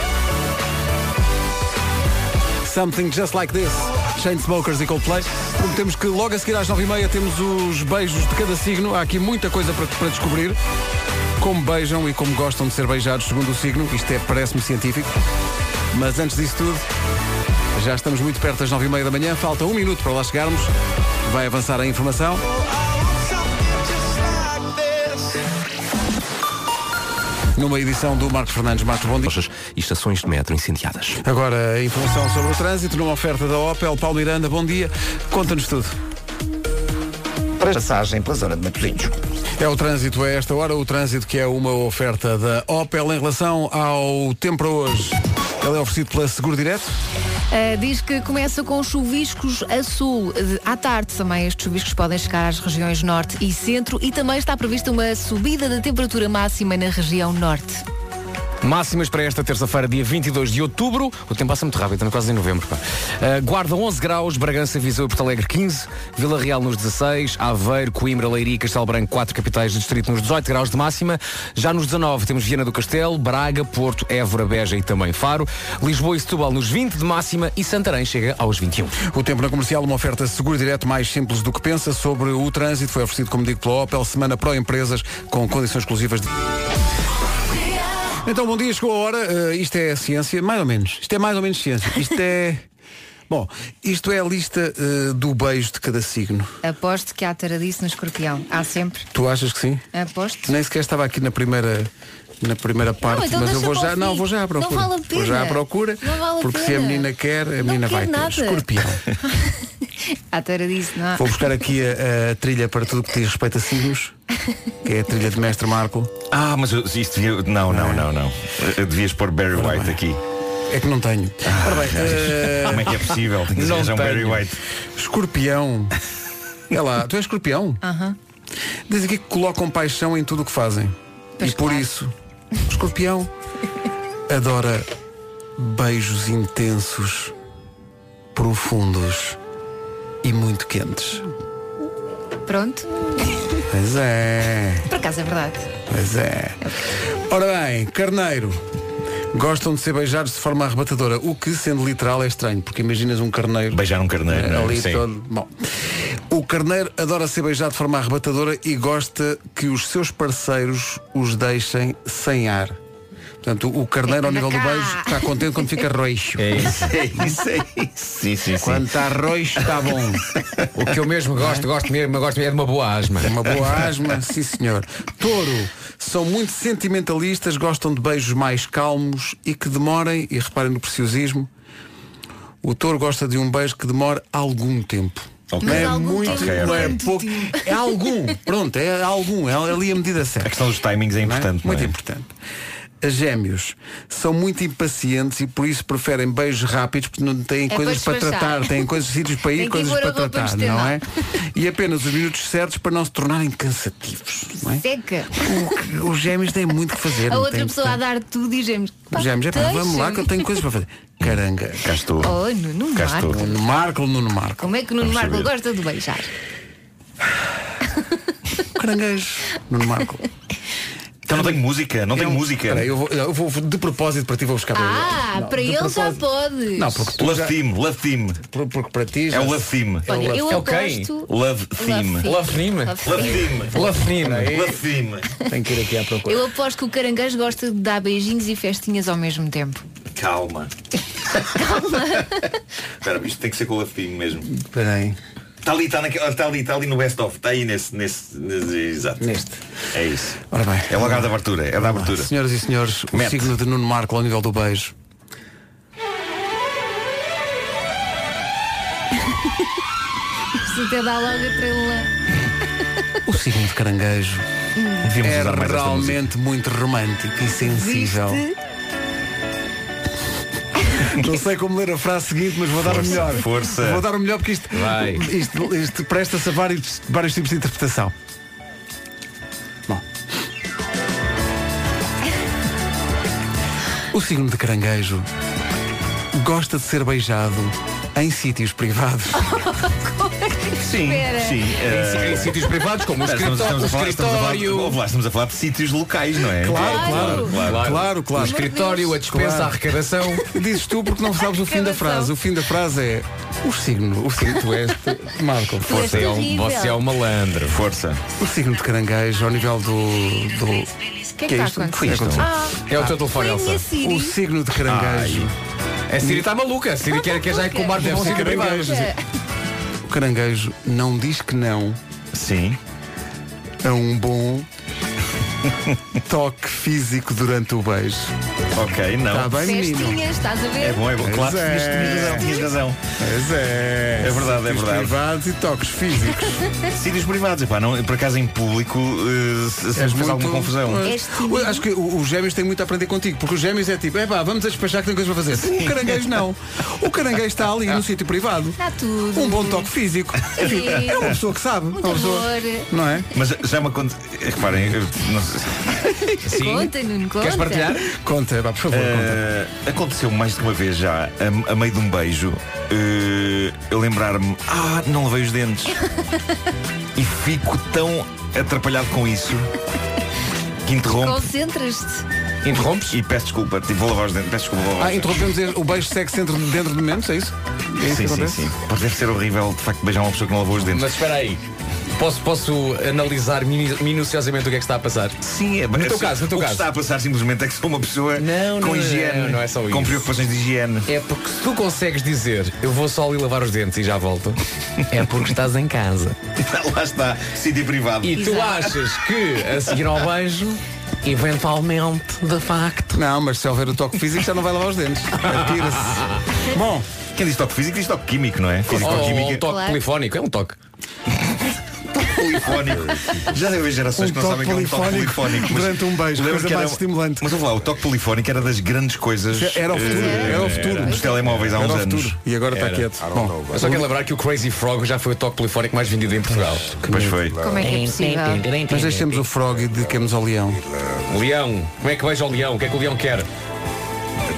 Something Just Like This, Shane Smokers e Coldplay. Prometemos que logo a seguir às 9h30 temos os beijos de cada signo. Há aqui muita coisa para, para descobrir. Como beijam e como gostam de ser beijados segundo o signo. Isto é, parece-me científico. Mas antes disso tudo, já estamos muito perto das 9h30 da manhã. Falta um minuto para lá chegarmos. Vai avançar a informação. Numa edição do Marcos Fernandes Marcos Bondi. E estações de metro incendiadas. Agora, a informação sobre o trânsito numa oferta da Opel. Paulo Miranda, bom dia. Conta-nos tudo. Passagem pela zona de Matosinhos. É o trânsito a esta hora, o trânsito que é uma oferta da Opel em relação ao tempo para hoje. Ele é oferecido pela Seguro Direto. Ah, diz que começa com chuviscos a sul. De- À tarde também estes chuviscos podem chegar às regiões norte e centro e também está prevista uma subida da temperatura máxima na região norte. Máximas para esta terça-feira, dia 22 de outubro. O tempo passa muito rápido, estamos quase em novembro. pá. Uh, Guarda 11 graus, Bragança, Viseu e Porto Alegre 15, Vila Real nos 16, Aveiro, Coimbra, Leiria e Castelo Branco, quatro capitais do distrito nos 18 graus de máxima. Já nos 19 temos Viana do Castelo, Braga, Porto, Évora, Beja e também Faro. Lisboa e Setúbal nos 20 de máxima e Santarém chega aos 21. O tempo na comercial, uma oferta seguro direto mais simples do que pensa sobre o trânsito. Foi oferecido, como digo, pela Opel, semana pró-empresas com condições exclusivas de. Então, bom dia, chegou a hora. Eh, isto é ciência, mais ou menos. Isto é mais ou menos ciência. Isto é. Bom, isto é a lista eh, do beijo de cada signo. Aposto que há taradice no escorpião. Há sempre. Tu achas que sim? Aposto. Nem sequer estava aqui na primeira na primeira parte, então mas eu deixa vou para o já, fim. não, vou já à Não procura. vale a Vou já à pena. procura, Não vale a porque se pena. a menina quer, a menina quer vai ter. nada. Escorpião. Há taradice, não é? há? Vou buscar aqui a, a trilha para tudo que diz respeito a signos, que é a trilha de Mestre Marco. Ah, mas eu- isto devia... Não, não, não, não. Eh, Devias pôr Barry White aqui. É que não tenho. Ora bem, eh, Como é que é possível? Tem que não arranjar um Barry tenho. White. Escorpião. É lá, tu és escorpião? Aham. Diz aqui que colocam paixão em tudo o que fazem. e por isso, escorpião adora beijos intensos, profundos e muito quentes. Pronto. Pois é. Por acaso é verdade. Pois é. Ora bem, carneiro. Gostam de ser beijados de forma arrebatadora, o que, sendo literal, é estranho, porque imaginas um carneiro. Beijar um carneiro, não é? Ali Sim. todo. Bom. O carneiro adora ser beijado de forma arrebatadora e gosta que os seus parceiros os deixem sem ar. Portanto, o carneiro, ao nível do beijo, está contente quando fica roixo. É isso, é isso, é isso. Sim, sim, sim. Quando está roixo, está bom. O que eu mesmo gosto, gosto mesmo, gosto mesmo é de uma boa asma. Uma boa asma, sim senhor. Touro, são muito sentimentalistas, gostam de beijos mais calmos e que demorem, e reparem no preciosismo, o touro gosta de um beijo que demora algum tempo. Ok. Não é Mas algum muito, tempo. Ok, não é ok. pouco. É algum, pronto, é algum, é ali a medida certa. A questão dos timings é Não é? importante. Muito não é? importante. As gêmeos são muito impacientes e por isso preferem beijos rápidos porque não têm É coisas para para despachar. tratar, têm coisas sítios para Tem ir, que coisas pôr a para roupa tratar, estendida. não é? E apenas os minutos certos para não se tornarem cansativos. Não é? Seca. Os gêmeos têm muito que fazer. A não outra têm- pessoa a dar tudo e gemos. Os gêmeos, é pá, vamos lá que eu tenho coisas para fazer. Caranga. Cá estou. Oh, Nuno Marco. Nuno Marco, Nuno Marco. Como é que o Nuno Vamos Marco saber. Eh, gosta de beijar? Caranguejo. Nuno Marco. Então não tenho música, não tenho música. Peraí, eu vou, eu vou de propósito para ti vou buscar Ah, Não, para de ele já propósito- pode. Não, porque tu Love já- Theme, Love Theme. Por- Porque para ti já- É o Love Theme. Olha, é o love eu theme. aposto- Love Theme. Love Theme. Love Love Theme. Theme. Love Theme. Love Theme. Tenho É que ir aqui à procura. Eu aposto que o caranguejo gosta de dar beijinhos e festinhas ao mesmo tempo. Calma. Espera, isto tem que ser com o Love Theme mesmo. Espera aí. Está ali, está naquele- está ali, está ali no best of. Está aí nesse, nesse, nesse- Exato. Neste. É isso. Ora bem. É logo a da abertura. É da Vamos abertura. lá, Senhoras e senhores, o Mete. signo de Nuno Marco ao nível do beijo. Isto até dá logo a trela. O signo de caranguejo Ah, Devíamos é usar mais esta realmente muito romântico e sensível. Não sei como ler a frase seguinte, mas vou dar o Força, melhor. força. Vou dar o melhor porque isto, Vai. isto, isto presta-se a vários, vários tipos de interpretação. Bom. O signo de caranguejo gosta de ser beijado em sítios privados. Sim, sim. Em si- em sítios privados, como o Espera, estamos- escritório, estamos a falar- o estamos a falar- escritório. ouve lá, Estamos a falar de sítios locais, não é? Claro, claro, claro, claro, O escritório, a dispensa, a arrecadação. Dizes tu porque não sabes o fim da frase. O fim da frase é o signo. O signo tu és, tu- Marco. Força, é um, você é um malandro. Força. O signo de caranguejo ao nível do. do... O que é que está a acontecer? Ah, É o teu telefone, foi a minha Elsa. Siri. O signo de caranguejo. A Siri está maluca. A Siri quer que já ir com o barco Bom, deve ser caranguejo. O caranguejo não diz que não. Sim. A um bom toque físico durante o beijo. Ok, não. Está bem, menino? Festinhas, estás a ver? É bom, é bom. Tá. Pois Claro, é. tinhas, tinhas razão, tinhas razão. Pois é. É verdade, é Sítios verdade. privados e toques físicos. Sítios privados, epá, não, por acaso em público eh, se- sempre É faz alguma confusão. É Pois. Eu Acho que o- os gêmeos têm muito a aprender contigo, porque os gêmeos é tipo, é pá, vamos a despachar que tem coisas para fazer. O caranguejo não. O caranguejo está ali no sítio privado. Está tudo. Um bom toque físico. Enfim, Sim. é uma pessoa que sabe. Muito É uma pessoa- amor. Não é? Mas já me aconteceu. Reparem, eu não sei. Conta, Nuno, conta. Conta, vá, por favor, Eh, Aconteceu mais de uma vez já, a, a meio de um beijo, eh, eu lembrar-me, ah, não lavei os dentes. e fico tão atrapalhado com isso que interrompo. Concentras-te. Interrompes? E peço desculpa, tipo, vou lavar os dentes, peço desculpa, vou lavar Ah, os dentes. interrompemos este- o beijo sexo dentro, dentro de momentos, é isso? É isso Sim, que sim, acontece? sim. Pode deve ser horrível, de facto, beijar uma pessoa que não lavou os dentes. Mas espera aí. Posso, posso analisar minu- minuciosamente o que é que está a passar? Sim, é No teu é- caso, no teu o que caso. está a passar simplesmente é que sou uma pessoa com não, higiene, não, não é só com isso. preocupações de higiene. É porque se tu consegues dizer eu vou só ali lavar os dentes e já volto, é porque estás em casa. Lá está, sítio privado. E tu achas que a seguir ao beijo, eventualmente, de facto. Não, mas se houver o toque físico já não vai lavar os dentes. Atira-se. Bom, Quem diz toque físico diz toque químico, não é? Ou, ou um Físico-química. toque Claro. polifónico, é um toque. polifónico. Já deve haver gerações Um que não sabem que é um toque polifónico polifónico. mas durante um beijo, lembro coisa que era mais um- estimulante. Mas vou lá, o toque polifónico era das grandes coisas. Era o futuro, eh, era o futuro. Dos telemóveis há uns Era o anos. futuro. E agora está quieto. Bom, Eu só quero lembrar que o Crazy Frog já foi o toque polifónico mais vendido em Portugal. Pois foi. Como é que é possível? mas deixemos o frog e dediquemos ao leão. Leão, como é que beija o leão? O que é que o leão quer?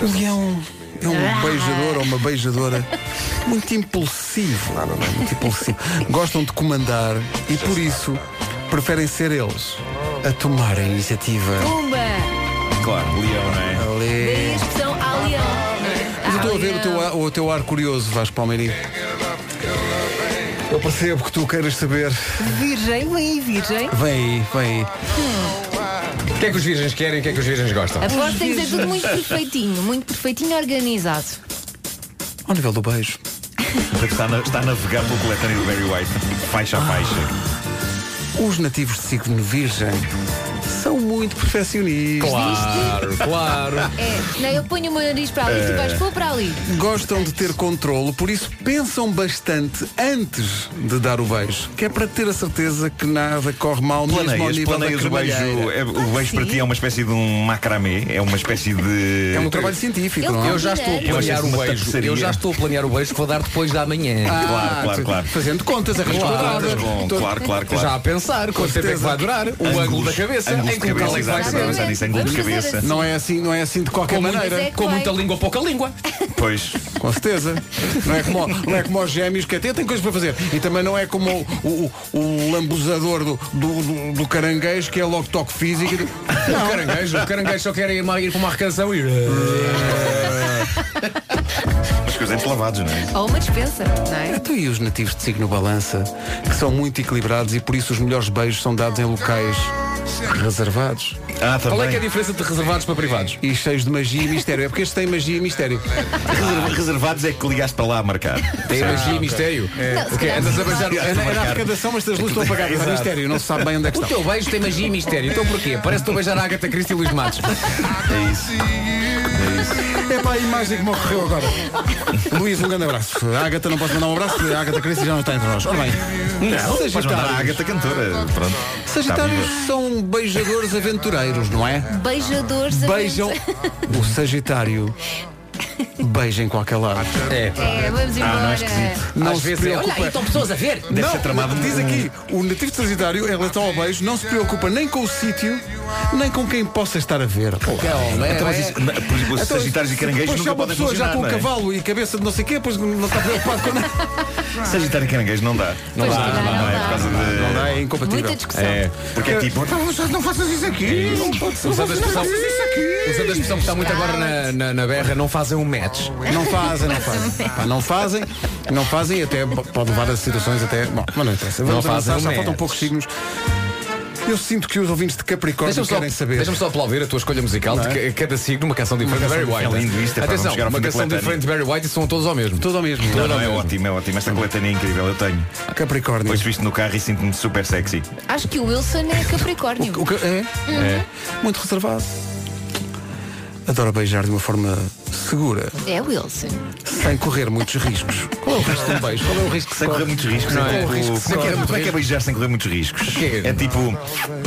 O leão é um beijador ou uma beijadora muito impulsivo. Muito impulsivo. Gostam de comandar e por isso preferem ser eles a tomar a iniciativa. Pumba! Claro, leão, não é? Daí a Ali. expressão ao leão. Mas eu estou a ver o teu, Ao ar, o teu ar curioso, Vasco Palmeirinho. Eu percebo que tu queiras saber. Ah, Virgem, vem aí, virgem. Vem aí, vem aí. O que é que os virgens querem e o que é que os virgens gostam? Aposto que tem que ser tudo muito perfeitinho, muito perfeitinho e organizado. Ao nível do beijo. Está, na- está a navegar pelo coletâneo do Barry White, faixa a Ah. faixa. Os nativos de signo virgem são muito perfeccionistas. Claro, claro. É, não, eu ponho o meu nariz para ali, tipo, tu vais pôr para ali. Gostam de ter controle, por isso pensam bastante antes de dar o beijo, que é para ter a certeza que nada corre mal, mesmo ao Planeias, nível planeias da o beijo. cremalheira. é- o beijo para ti é uma espécie de um macramê, é uma espécie de. É um trabalho científico, não é? Eu já estou a Eu achei planear o uma beijo. tapeçaria. Eu já estou a planear o beijo que vou dar depois da manhã. Ah, tu- Fazendo contas, a Claro, quadradas. bom, Todo- claro, claro, claro. Já a pensar Com quanto tempo é que certeza. vai durar, o ângulo da cabeça, ângulo em de que local é que cabeça, vai exato, estava a ser. pensar nisso, ângulo de Vamos fazer cabeça. assim. Não é assim, não é assim de qualquer Com muita- maneira. é que com vai. muita língua, pouca língua. Pois. Com certeza. Não é como, não é como aos gêmeos que até tem coisas para fazer. E também não é como o, o, o lambuzador do, do, do- do caranguejo que é logo toque físico. O caranguejo, o caranguejo só quer ir, ir para uma arrecanção e. eh, Mas com os dentes lavados, não é? Ou uma dispensa, não é? Então e os nativos de signo balança, que são muito equilibrados e por isso os melhores beijos são dados em locais reservados. Ah, Qual é que é a diferença de reservados para privados? E cheios de magia e mistério. É porque estes têm magia e mistério. Reserva- Reservados é que ligaste para lá a marcar. Tem Ah, magia e ok. mistério. Não, se O quê? calhar Andas a não. beijar É na, é na arrecadação, mas as luzes estão apagadas. É Exato. mistério, não se sabe bem onde é que O estão. teu beijo tem magia e mistério. Então porquê? Parece que estou a beijar a Agatha Christie e Luís Matos. É isso. É isso. É para a imagem que me ocorreu agora. Luís, um grande abraço. A Ágata não posso mandar um abraço, a Ágata Cresce já não está entre nós. Ora bem. Não, podes mandar a Agatha cantora. Pronto. Sagitários Está viva. são beijadores aventureiros, não é? Beijadores Beijam. aventureiros. O Sagitário beija em qualquer lado. É. É, vamos Ah, não é embora. esquisito. Não Às se vezes é, preocupa. olha, aí estão pessoas a ver. Deve não, ser tramado diz um- aqui, o nativo de Sagitário, em relação ao beijo, não se preocupa nem com o sítio, nem com quem possa estar a ver. Calma, é, Então, mas é. isso, na- por exemplo, os Sagitários e caranguejos Depois Então, se há nunca uma podem pessoa já funcionar. com o não é? cavalo e cabeça de não sei o quê, pois não está preocupado com nada. Sagitário e caranguejo não dá. Pois dá, não dá, não é dá. por causa de. Não dá, é Muita incompatível. discussão. É, porque é tipo. Não, não faças isso aqui, não pode ser. Usando a não faças expressão, isso aqui. usando a expressão que está muito agora na, na, na berra, não fazem um match. Não fazem, não fazem. Pá, não fazem, não fazem e até bo- pode levar a situações até. Bom, mas não interessa. Não Vamos fazem avançar, já um faltam match. poucos signos. Eu sinto que os ouvintes de Capricórnio Deixa-me só, querem saber. deixa-me só aplaudir a tua escolha musical de ca- cada signo, uma canção diferente de Barry canção White. diferente. É lindo isto, é pá, vamos Atenção, chegar ao uma fim da canção coletânea. diferente de Barry White e são todos ao mesmo. Tudo ao mesmo. é? Não, não, é mesmo. ótimo, é ótimo. Esta coletânea é incrível, eu tenho. Capricórnio. Depois visto no carro e sinto-me super sexy. Acho que o Wilson é Capricórnio. O que- é? Muito reservado. Adoro beijar de uma forma segura, É Wilson. sem correr muitos riscos. Qual é o risco de um beijo? Qual é o risco que se Sem correr corre? muitos riscos. Não é é? tipo- Risco, como, é que é, corre como é que é beijar sem correr muitos riscos? Quê? É tipo.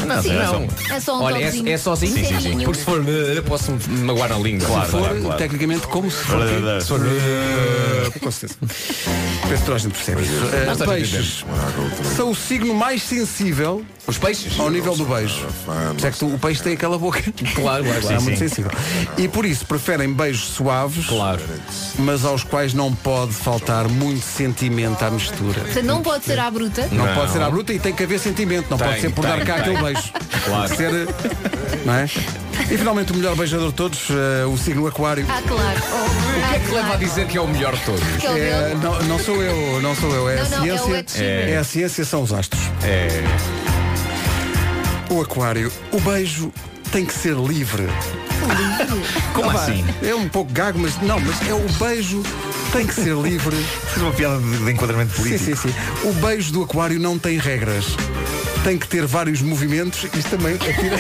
Não, Sim, não, não. não. É só um Olha, toquezinho. é, é sozinho? Sim, sim, sim. Porque se for, eh, posso me magoar na língua. Claro, Se for, claro, claro. tecnicamente, como se for. Verdade. Se for- Com certeza. Penso que toda a gente percebe. Eh, Mas toda a gente Peixes são o signo mais sensível Os peixes? ao nível do beijo. Por isso é que tu- o peixe tem aquela boca. Claro, claro, é claro. muito sim. sensível. E por isso preferem beijos suaves, Claro. mas aos quais não pode faltar muito sentimento à mistura. Portanto, não pode ser à bruta. Não, Não. pode ser à bruta e tem que haver sentimento. Não Tem, pode ser por tem, dar cá tem. aquele beijo. Claro. Ser, não é? E finalmente o melhor beijador de todos, eh, o signo aquário. Ah, claro. O que é que leva a dizer que é o melhor de todos? Que é o É, dele. não, não sou eu, não sou eu, é Não, a não, é o ciência. Ed Sheeran. a ciência, são os astros. É. O aquário, o beijo tem que ser livre. Como Ah, vá, assim? É um pouco gago, mas não, mas é o beijo tem que ser livre. Fiz uma piada de, de enquadramento sim, político. sim, sim. O beijo do aquário não tem regras. Tem que ter vários movimentos, isto também atira,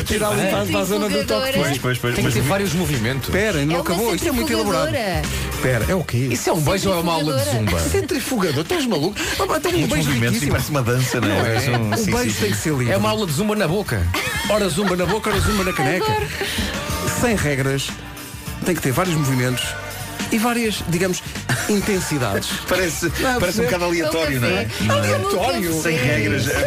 atira ali para, para a zona do toque. Divulgadora. Pois, pois, pois. Tem que mas ter vários movimentos. Espera, É não uma acabou, isto é muito elaborado. centrifugadora. Espera, é o quê? Isso é um beijo ou é uma aula de zumba? Centrifugador, estás maluco? Ah, pá, Tem um muitos beijo movimentos e riquíssimo. parece uma dança, não é? Parece um- O sim, beijo sim, tem que sim. ser livre. É uma aula de zumba na boca. Ora zumba na boca, ora zumba na caneca. Sem regras, tem que ter vários movimentos e várias, digamos, intensidades. Parece, a parece um perceber? bocado aleatório, não é? café. Não é? É um café. Sem regras. De repente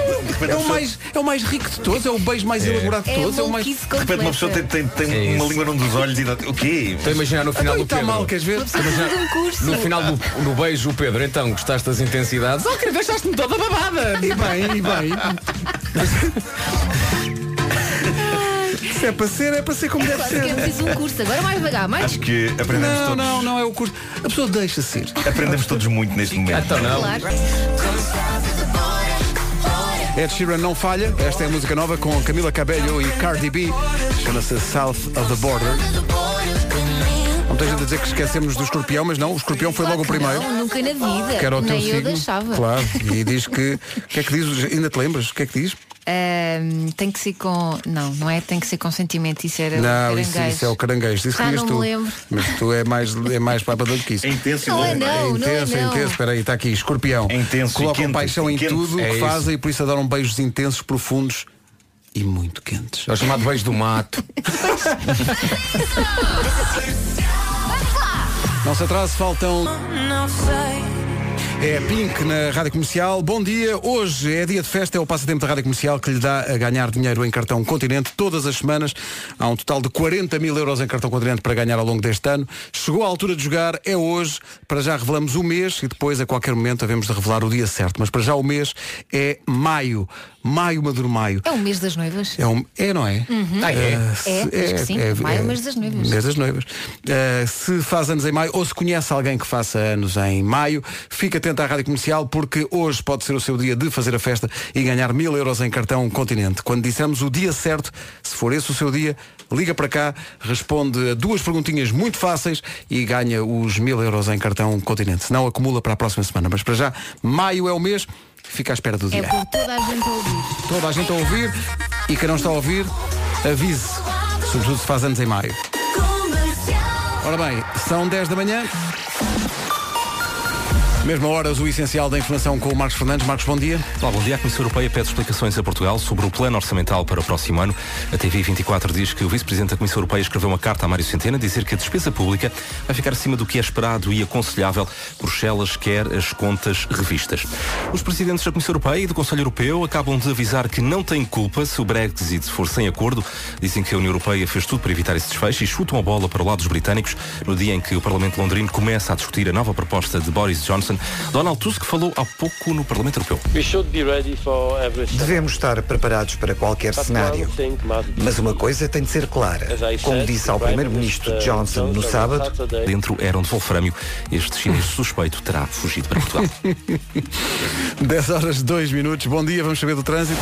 É a o, pessoa- mais, é o mais rico de todos, é o beijo mais elaborado de É todos. É o mais. maluquice De repente completa. uma pessoa tem, tem, tem É uma isso. língua num dos olhos e dá- o quê? Estou a imaginar no final Então, do e está Pedro. mal, queres ver? Uma pessoa de um curso. No final do, do beijo, o Pedro, então gostaste das intensidades? Oh, querido, deixaste-me toda babada! E bem, e bem. Se é para ser, é para ser como deve Quase que é ser. preciso um curso. Agora mais devagar, mais. Acho que aprendemos Não, é todos. não, não é o curso. A pessoa deixa ser. Aprendemos todos muito neste momento. Então não. Claro. Ed Sheeran não falha. Esta é a música nova com Camila Cabello e Cardi B. Chama-se South of the Border. Não tem gente a dizer que esquecemos do escorpião, mas não, o escorpião foi logo o primeiro. Não, nunca na Ah. vida. Que era o teu Nem eu signo. deixava. Claro. E diz que. O que é que diz? Ainda te lembras? O que é que diz? Ahm, tem que ser com. Não, não é tem que ser com sentimento. Isso era Não, caranguejo. isso, isso é o caranguejo. Isso Já querias não me tu. lembro. Mas tu é mais, é mais para do que isso. É intenso Não é louco, não, É não é intenso, é não. intenso. Espera aí, está aqui. Escorpião. É intenso. Colocam e quente, paixão e em quente. tudo o É que isso. fazem e por isso adoram beijos intensos, profundos e muito quentes. É o chamado beijo do mato. Não se atrase, faltam. É Pink na Rádio Comercial. Bom dia. Hoje é dia de festa, é o passatempo da Rádio Comercial que lhe dá a ganhar dinheiro em cartão continente todas as semanas. Há um total de 40 mil euros em cartão continente para ganhar ao longo deste ano. Chegou a altura de jogar, é hoje. Para já revelamos o mês e depois, a qualquer momento, havemos de revelar o dia certo. Mas para já o mês é maio. Maio, maduro maio. É o mês das noivas. É, um, é não é? Uhum. Ah, é? Ah, se- É, acho que sim. Maio é o mês das noivas. Mês das noivas. Ah, se faz anos em maio ou se conhece alguém que faça anos em maio, fica atento à Rádio Comercial porque hoje pode ser o seu dia de fazer a festa e ganhar mil euros em cartão continente. Quando dissermos o dia certo, se for esse o seu dia, liga para cá, responde a duas perguntinhas muito fáceis e ganha os mil euros em cartão continente. Se não, acumula para a próxima semana. Mas para já, maio é o mês, fica à espera do É dia por toda a gente a ouvir. toda a gente a ouvir e quem não está a ouvir, avise. Sobretudo se faz anos em maio. Ora bem, são 10 da manhã. Mesma horas, o essencial da informação com o Marcos Fernandes. Marcos, bom dia. Olá, bom dia. A Comissão Europeia pede explicações a Portugal sobre o plano orçamental para o próximo ano. A TV 24 diz que o vice-presidente da Comissão Europeia escreveu uma carta a Mário Centeno a dizer que a despesa pública vai ficar acima do que é esperado e aconselhável. Bruxelas quer as contas revistas. Os presidentes da Comissão Europeia e do Conselho Europeu acabam de avisar que não têm culpa se o Brexit for sem acordo. Dizem que a União Europeia fez tudo para evitar esse desfecho e chutam a bola para o lado dos britânicos no dia em que o Parlamento londrino começa a discutir a nova proposta de Boris Johnson. Donald Tusk falou há pouco no Parlamento Europeu. Devemos estar preparados para qualquer cenário. Mas uma coisa tem de ser clara. Como disse ao Primeiro-Ministro Johnson no sábado, Dentro eram de Wolframio. Este chinês suspeito terá fugido para Portugal. 10 horas 2 minutos. Bom dia, vamos saber do trânsito.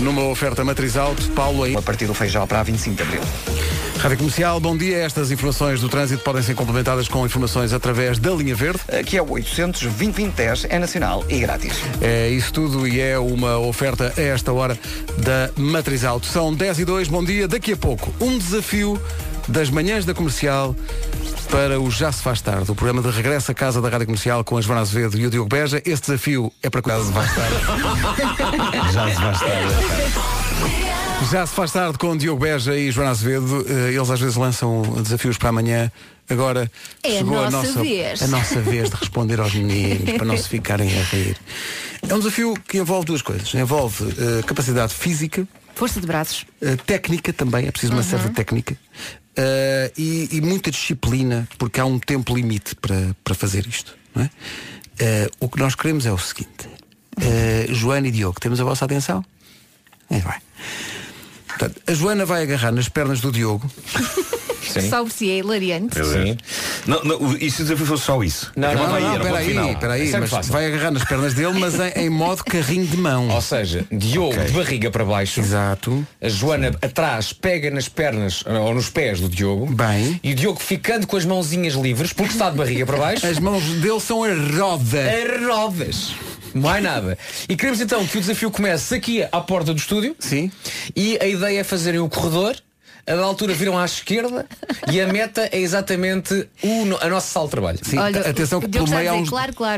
Numa oferta matriz alto, Paulo aí. A partir do Feijão para a 25 de Abril. Rádio Comercial, bom dia. Estas informações do trânsito podem ser complementadas com informações através da linha verde. que é o 800 2010 é nacional e grátis. É isso tudo e é uma oferta a esta hora da Matriz Alto. São 10 e 2, bom dia. Daqui a pouco, um desafio das manhãs da comercial para o Já Se Faz Tarde, o programa de regresso à casa da Rádio Comercial com a Joana Azevedo e o Diogo Beja. Esse desafio é para casa de faz tarde. Já se faz tarde. Já se faz tarde com o Diogo Beja e Joana Azevedo. Eh, Eles às vezes lançam desafios para amanhã. Agora É a chegou a nossa nossa, vez. a nossa vez de responder aos meninos para não se ficarem a rir. É um desafio que envolve duas coisas. Envolve eh, capacidade física, Força de braços. eh, técnica também, é preciso uma Uhum. certa técnica. eh, e, e muita disciplina, porque há um tempo limite para, para fazer isto. não é? Eh, o que nós queremos é o seguinte. Eh, Joana e Diogo, temos a vossa atenção? Muito bem. Portanto, a Joana vai agarrar nas pernas do Diogo. Salve se é hilariante. Não, não, o- e se o desafio fosse só isso? Não, não, Acabava aí, não, é era o espera ponto final. aí, espera aí, mas é fácil. vai agarrar nas pernas dele, mas em, em modo carrinho de mão. Ou seja, Diogo de barriga para baixo. Exato. A Joana atrás pega nas pernas ou nos pés do Diogo. Bem. E o Diogo ficando com as mãozinhas livres, porque está de barriga para baixo. As mãos dele são a roda. A rodas. Mais nada. E queremos então que o desafio comece aqui à porta do estúdio. Sim. E a ideia é fazerem o corredor. A da altura viram à esquerda e a meta é exatamente o, no- a nossa sala de trabalho. Sim, t- atenção que pelo meio, há uns,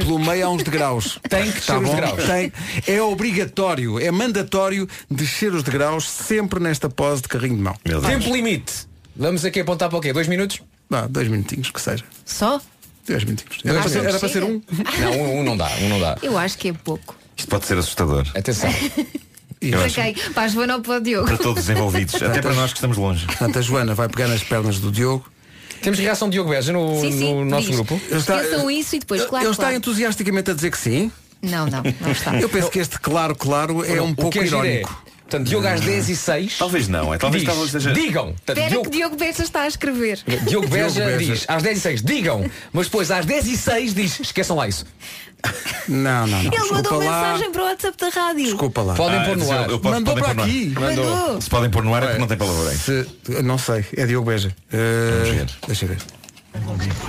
pelo meio há uns degraus. Tem que descer Tá os bom? degraus. Tem. é obrigatório, é mandatório descer os degraus sempre nesta pose de carrinho de mão. Tempo limite. Vamos aqui apontar para o quê? Dois minutos? Não, dois minutinhos, que seja. Só? Dois minutinhos. Era para ser- era para ser um? Não, um, um não dá, um não dá. Eu acho que é pouco. Isto pode ser assustador. Atenção. Eu acho. ok, para a Joana ou para o Diogo. Para todos os envolvidos, até para nós que estamos longe. Portanto, a Joana vai pegar nas pernas do Diogo. Temos reação de Diogo Beja no, Sim, sim, no nosso diz. grupo? Esqueçam isso e depois, claro, eh, Ele está claro. entusiasticamente a dizer que sim. Não, não, não está. Eu penso que este claro, claro é Não, um o pouco que é giro é, irónico. Hum. Portanto, Diogo às 10 e 6. Talvez não, é talvez diz, talvez seja- Digam! Portanto, Espera Diogo, que Diogo Beja está a escrever. Diogo Beja Beja. diz às 10 e 6, digam! Mas depois às 10 e 6 diz, esqueçam lá isso. Não, não, não. Ele mandou Desculpa lá. mensagem para o WhatsApp da rádio. Desculpa lá. Podem pôr no Ah, eu- ar. eu posso- Mandou para podem pôr no ar. aqui. Mandou. Mandou. Se podem pôr no ar é porque não tem palavra. Se- não sei, é Diogo Beja. Uh, Deixa eu ver.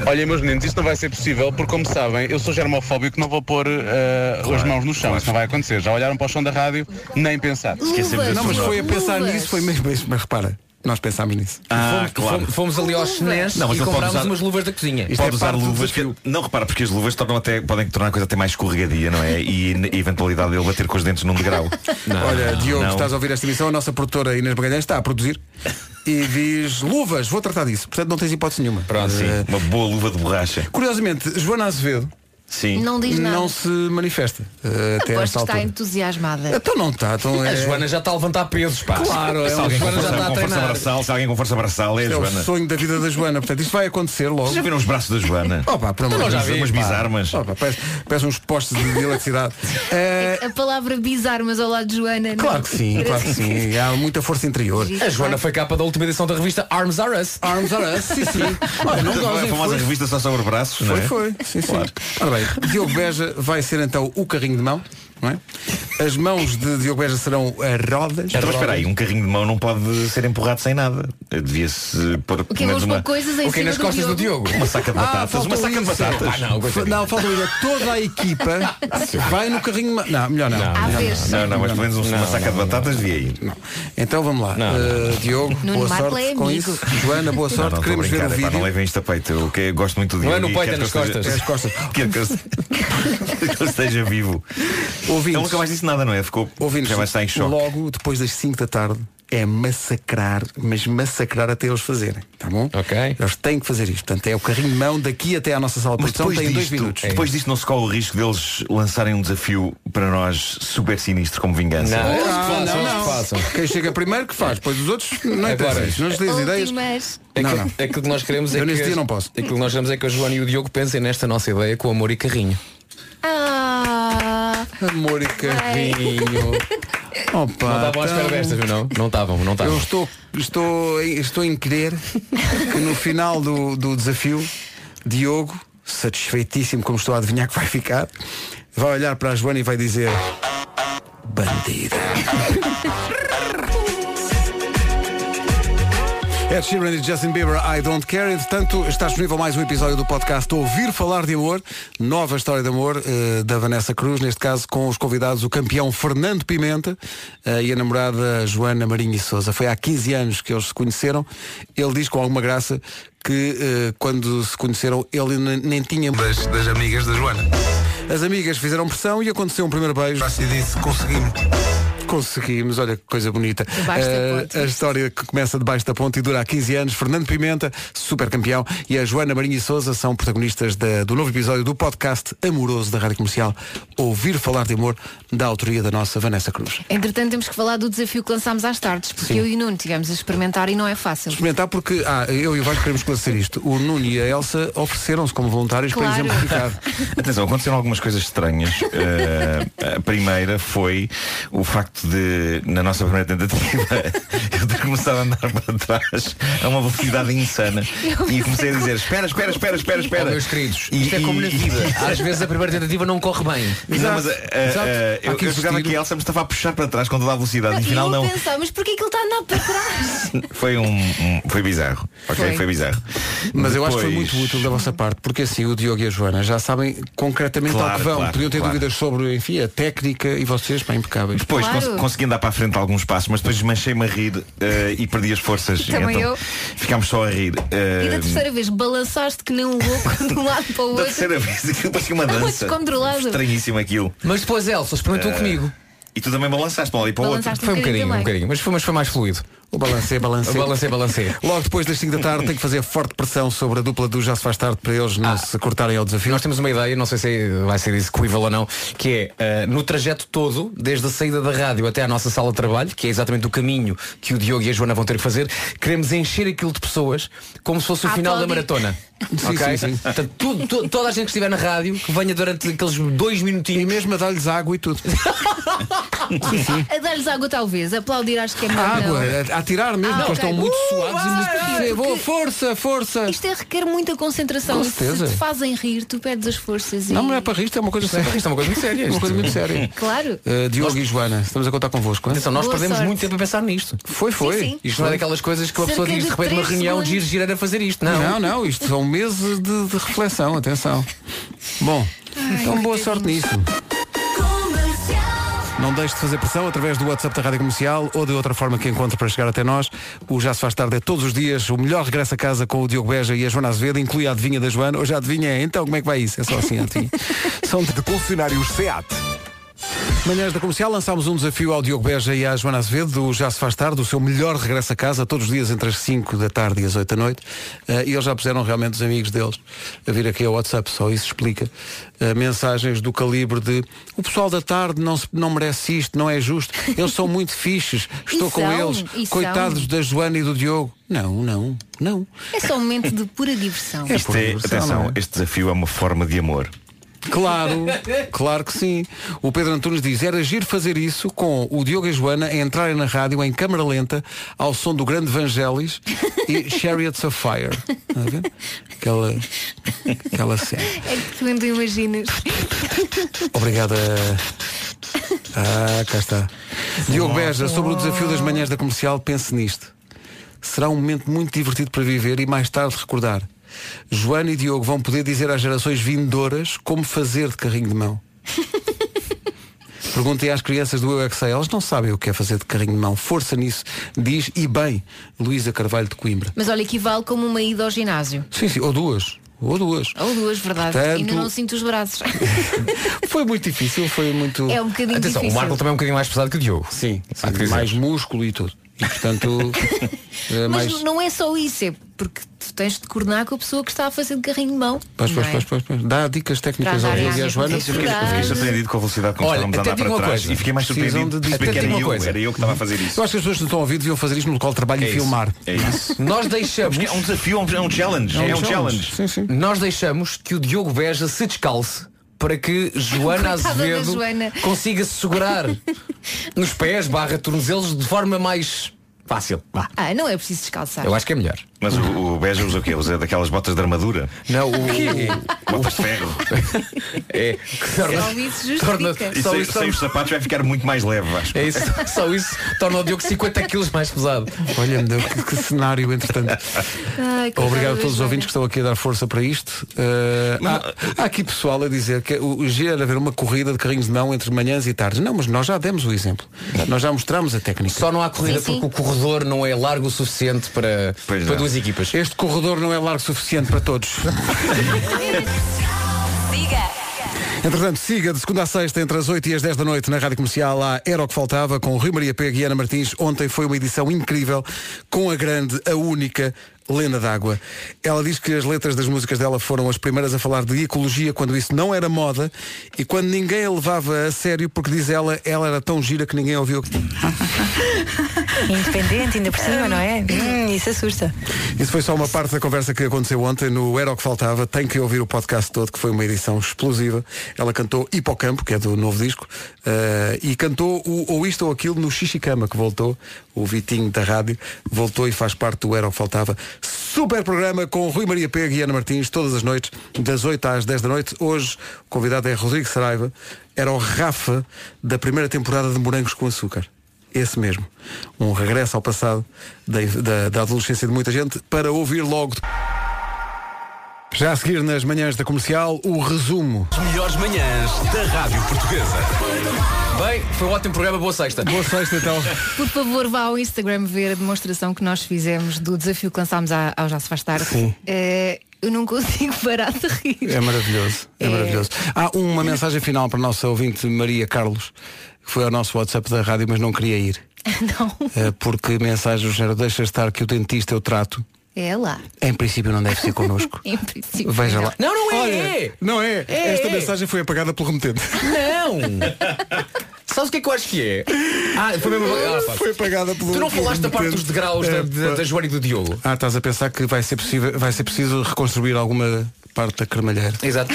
Olhem, meus meninos, isto não vai ser possível porque, como sabem, eu sou germofóbico, não vou pôr eh, as mãos no chão. Isso não vai acontecer. Já olharam para o chão da rádio? Nem pensar. Não, mas foi a pensar nisso, foi mesmo isso. Mas repara, nós pensámos nisso. Ah, Fomos- fomos- Fomos ali aos chinês Não, mas e ele pode comprámos usar- é umas luvas da cozinha. pode usar luvas que, não repara porque as luvas tornam até podem tornar a coisa até mais escorregadia não é e a eventualidade dele bater com os dentes num degrau Olha, Diogo, não. estás a ouvir esta emissão, a nossa produtora Inês Magalhães está a produzir e diz luvas, vou tratar disso. Portanto, não tens hipótese nenhuma. Eh, pronto sim uma boa luva de borracha Curiosamente, Joana Azevedo sim Não diz nada. não se manifesta eh, até Aposto esta que está altura. entusiasmada. Então não está, então é... A Joana já está a levantar pesos, pá. Claro, se é, a alguém um com Joana já força, está a com força treinar. braçal se alguém com força braçal é a É o Joana sonho da vida da Joana, portanto isto vai acontecer logo. já viram os braços da Joana Opa, por amor Então de já Deus, vi, umas pá. bizarmas. Opa, parece, parece uns postes de eletricidade. Eh, A palavra bizarro, mas ao lado de Joana. não. claro que sim, claro que sim. Há muita força interior. A Joana foi capa da última edição da revista Arms Are Us. Arms Are Us, sim, sim. Olha, não Portanto, não é a gozem, famosa foi. revista só sobre braços não Foi, é? foi. Sim, sim. Ora bem, Diogo Beja vai ser então o carrinho de mão, não é? As mãos de Diogo Beja serão eh, rodas. Então, mas espera aí, um carrinho de mão não pode ser empurrado sem nada. Devia-se pôr O é quê? Vamos pôr coisas em O quê? é cima Nas do costas do Diogo? Diogo? Uma saca de Ah, batatas. falta uma o saca de Isa. batatas. Ah, não, coitadinho. não, falta o Isa. Toda a equipa vai no carrinho de mão. Não, melhor não. Não, À não, vez. não, não, mas pelo menos um- uma Não, saca de batatas devia ir. Então vamos lá. Não, Eh, Diogo, Nuno boa Marco sorte é com amigo. isso. Joana, boa sorte. não, não, Queremos estou a ver o brincar, epá, vídeo. não é- levem isto a peito. Eu, que- eu gosto muito do Não Diogo. é no e peito, quero é que nas ele esteja- costas. Quero que ele esteja- que ele esteja vivo. Ouvintes. Ele Então nunca mais disse nada, não é? Ficou. Ouvintes, já vai estar em choque. logo depois das 5 da tarde é massacrar, mas massacrar até eles fazerem, tá bom? Ok. Eles têm que fazer isto. Portanto, é o carrinho de mão daqui até à nossa sala de Mas produção, depois tem dois disto, é minutos. depois disto não se corre o risco deles lançarem um desafio para nós super sinistro como vingança. Não. Ah, Eles que façam, não, eles que façam. Quem chega primeiro que faz, depois os outros não Agora, interessa. isto, Não lhes dês ideias. Últimas. Não, Aquilo, não. aquilo que nós queremos é Eu que. nesse dia não posso. Aquilo que nós queremos é que a Joana e o Diogo pensem nesta nossa ideia com amor e carrinho. Ah, Amor e carrinho. Opa, não estavam à espera então, destas, não? Não estavam, não tá. Eu estavam. estou, estou, estou em querer que no final do, do desafio, Diogo, satisfeitíssimo como estou a adivinhar que vai ficar, vai olhar para a Joana e vai dizer Bandida. Ed Sheeran e Justin Bieber, I Don't Care. Entretanto, está disponível mais um episódio do podcast Ouvir Falar de Amor, nova história de amor eh, da Vanessa Cruz, neste caso com os convidados o campeão Fernando Pimenta eh, e a namorada Joana Marinho e Souza. Foi há 15 anos que eles se conheceram. Ele diz com alguma graça que eh, quando se conheceram ele ne- nem tinha... Das, das amigas da Joana. As amigas fizeram pressão e aconteceu um primeiro beijo. E disse, conseguimos. Conseguimos, olha que coisa bonita. Debaixo da Eh, ponte. a história que começa debaixo da ponte e dura há 15 anos. Fernando Pimenta, super campeão, e a Joana Marinho e Souza são protagonistas da- do novo episódio do podcast Amoroso da Rádio Comercial Ouvir Falar de Amor, da autoria da nossa Vanessa Cruz. Entretanto, temos que falar do desafio que lançámos às tardes, porque Sim. eu e o Nuno tivemos a experimentar e não é fácil. Experimentar porque ah, eu e o Vasco queremos esclarecer isto. O Nuno e a Elsa ofereceram-se como voluntários para Claro. exemplificar. Atenção, aconteceram algumas coisas estranhas. Eh, a primeira foi o facto de, na nossa primeira tentativa, eu ter começado a andar para trás a uma velocidade insana. E comecei a dizer, espera, espera, espera, espera, espera. Oh, meus queridos, E- isto é como na e- vida. Às vezes a primeira tentativa não corre bem. E não, mas, eh, eh, Exato. eu, Há que eu jogava insistir. que a Elsa me estava a puxar para trás com toda a velocidade. e E afinal eu não. a pensar, mas porquê é que ele está a andar para trás? Foi um, um- Foi bizarro. Ok, Foi. foi, bizarro. Mas eu acho que foi Depois- muito útil da vossa parte, porque assim o Diogo e a Joana já sabem concretamente ao Claro, que vão. claro, Podiam ter claro. dúvidas sobre enfim, é. a técnica e vocês, bem impecáveis. Depois Claro. cons consegui andar para a frente alguns passos, mas depois manchei-me a rir eh, e perdi as forças. Também então, eu. Ficámos só a rir. Eh, E da terceira vez balançaste que nem um louco de um lado para o da outro. terceira vez, aquilo parecia uma Muito dança. descontrolado. Estranhíssimo aquilo. Mas depois Elsa experimentou Eh, comigo. E tu também balançaste para um lado e para o outro. Balançaste Foi um bocadinho, um também. bocadinho, mas foi, mas foi mais fluido. O é balancê, balancê. O balancê, balancê. Logo depois das 5 da tarde tem que fazer forte pressão sobre a dupla do Já se faz tarde para eles não se cortarem ao desafio. Ah. Nós temos uma ideia, não sei se vai ser execuível ou não, que é ah, no trajeto todo, desde a saída da rádio até à nossa sala de trabalho, que é exatamente o caminho que o Diogo e a Joana vão ter que fazer, queremos encher aquilo de pessoas como se fosse o Ah, final da pode. maratona. Sim, Ok? sim, sim. Portanto, tu- tu- toda a gente que estiver na rádio, que venha durante aqueles dois minutinhos. E mesmo a dar-lhes água e tudo. Sim, sim. A dar-lhes água talvez, aplaudir acho que é melhor Água, não. a, a tirar mesmo, Ah, porque eles ok. estão muito Uh, suados e vai, muito. vai, Sim, boa, porque- força, força. Isto é, requer muita concentração. Com E certeza. Se te fazem rir, tu perdes as forças e... Não, não é para rir, isto é uma coisa Isto é- séria. isto é uma coisa muito séria, Uma isto. coisa muito séria. Claro. Uh, Diogo e Joana, estamos a contar convosco. hein? Atenção, nós perdemos muito tempo a pensar nisto. Foi, foi. Sim, sim. Isto não é daquelas coisas que uma pessoa Cerca diz, de de repente, numa três reunião, segundos. giro, girar a fazer isto. Não. não, não, isto são meses de, de reflexão, atenção. Bom, então boa sorte nisso. Não deixe de fazer pressão através do WhatsApp da Rádio Comercial ou de outra forma que encontre para chegar até nós. O Já Se Faz Tarde é todos os dias o melhor regresso a casa com o Diogo Beja e a Joana Azevedo, inclui a adivinha da Joana. Hoje a adivinha é, então como é que vai isso? É só assim, adivinha. São de concessionários SEAT. Manhãs da Comercial lançámos um desafio ao Diogo Beja e à Joana Azevedo do Já Se Faz Tarde, o seu melhor regresso a casa, todos os dias entre as 5 da tarde e as 8 da noite. Eh, e eles já puseram realmente os amigos deles a vir aqui ao WhatsApp, só isso explica. eh, mensagens do calibre de o pessoal da tarde não, se- não merece isto, não é justo, eles são muito fixes, E estou com são, e eles, são. coitados da Joana e do Diogo. Não, não, não. É só um momento de pura diversão. Isto é- atenção, este desafio é uma forma de amor. Claro, claro que sim. O Pedro Antunes diz, era giro fazer isso com o Diogo e a Joana a entrarem na rádio em câmara lenta ao som do grande Vangelis e Chariots of Fire. Estás a ver? Aquela, aquela cena. É que tu ainda imaginas. Obrigada. Ah, cá está. Diogo Beja, sobre o desafio das manhãs da comercial, pense nisto. Será um momento muito divertido para viver e mais tarde recordar. Joana e Diogo vão poder dizer às gerações vindouras como fazer de carrinho de mão. Perguntei às crianças do Eu é Que Sei, elas não sabem o que é fazer de carrinho de mão. Força nisso, diz e bem, Luísa Carvalho de Coimbra. Mas olha, equivale como uma ida ao ginásio. Sim, sim, ou duas. Ou duas. Ou duas, verdade. Portanto- é Ainda não sinto os braços. Foi muito difícil, foi muito. É um bocadinho Atenção, o difícil. Marco também é um bocadinho mais pesado que o Diogo. Sim, Há que dizer. mais músculo e tudo. E portanto, eh, Mas mais. não é só isso, é porque tu tens de coordenar com a pessoa que está a fazer de carrinho de mão. Pois, pois, não é? pois, pois, pois. Dá dicas técnicas Para ao dar Diogo e à dicas Joana. é técnicas. Eu fiquei- eu fiquei surpreendido com a velocidade como Olha, estávamos a até andar digo para uma trás coisa. e fiquei mais Precisam surpreendido de- de até perceber que era digo uma eu, coisa. era eu que estava a fazer isso. Eu acho que as pessoas que nos estão a ouvir deviam fazer isto no local de trabalho É e isso. filmar. É isso. Nós deixamos. É um desafio, é um- é um challenge. É um challenge. Nós deixamos que o Diogo Beja se descalce para que Joana Coitada da Azevedo Joana. consiga se segurar nos pés, barra tornozelos, de forma mais fácil. Vá. Ah, não é preciso descalçar. Eu acho que é melhor. Mas o, o Beja usa o quê? Usa daquelas botas de armadura? Não, o. botas de ferro. é, que Só isso justifica. E Só sem, isso é sem um os sapatos vai ficar muito mais leve, acho. É isso, só isso torna o Diogo 50 quilos mais pesado. Olha, me deu que, que cenário, entretanto. Ai, coitada Obrigado a da todos os Joana. ouvintes que estão aqui a dar força para isto. Eh, há, há aqui pessoal a dizer que o, o giro era haver uma corrida de carrinhos de mão entre manhãs e tardes. Não, mas nós já demos o exemplo. Nós já mostramos a técnica. Só não há corrida Sim, sim. porque o corredor não é largo o suficiente para, para não. duas equipas. Este corredor não é largo o suficiente para todos. Entretanto, siga de segunda a sexta, entre as 8 e as 10 da noite, na Rádio Comercial, há Era o que Faltava, com Rui Maria Pega e Ana Martins. Ontem foi uma edição incrível, com a grande, a única Lena d'Água. Ela diz que as letras das músicas dela foram as primeiras a falar de ecologia quando isso não era moda e quando ninguém a levava a sério, porque diz ela, ela era tão gira que ninguém ouviu. Independente, ainda por cima, não é? Hum, isso assusta. Isso foi só uma parte da conversa que aconteceu ontem no Era o que Faltava. Tem que ouvir o podcast todo, que foi uma edição explosiva. Ela cantou Hipocampo, que é do novo disco, eh, e cantou o Ou Isto ou Aquilo no Xixicama, que voltou, o Vitinho da rádio, voltou e faz parte do Era o que Faltava. Super programa com Rui Maria Pega e Ana Martins, todas as noites, das 8 às 10 da noite. Hoje, o convidado é Rodrigo Saraiva. Era o Rafa da primeira temporada de Morangos com Açúcar. Esse mesmo. Um regresso ao passado da, da- da adolescência de muita gente para ouvir logo. Já a seguir nas manhãs da comercial, o resumo. As melhores manhãs da Rádio Portuguesa. Bem, foi um ótimo programa, boa sexta. Boa sexta então. Por favor, vá ao Instagram ver a demonstração que nós fizemos do desafio que lançámos à- ao Já Se Faz Tarde. Sim. Eh, eu não consigo parar de rir. É maravilhoso. É, É. maravilhoso. Há uma mensagem final para a nossa ouvinte Maria Carlos, que foi ao nosso WhatsApp da rádio, mas não queria ir. Não. eh, porque mensagens do género deixa estar que o dentista eu trato. É lá. Em princípio não deve ser connosco. Em princípio. Veja não. lá. é, Olha, Não é. É, Esta é. mensagem foi apagada pelo remetente. Não! Sabes o que é que eu acho que é? Ah, foi mesmo. Ah, pá. Foi apagada pelo Tu não falaste da parte dos degraus da, É, da, da Joana e do Diogo. Ah, estás a pensar que vai ser possível, vai ser preciso reconstruir alguma parte da cremalheira. Exato.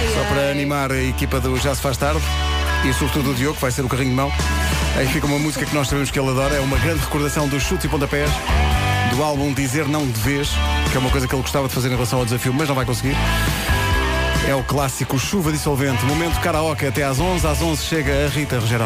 É Só para animar a equipa do Já se faz tarde e sobretudo o Diogo, que vai ser o carrinho de mão. Aí fica uma música que nós sabemos que ele adora, é uma grande recordação dos chutes e pontapés do álbum Dizer Não de Vez, que é uma coisa que ele gostava de fazer em relação ao desafio, mas não vai conseguir. É o clássico Chuva Dissolvente, momento karaoke até às 11, às 11 chega a Rita Rogeroni.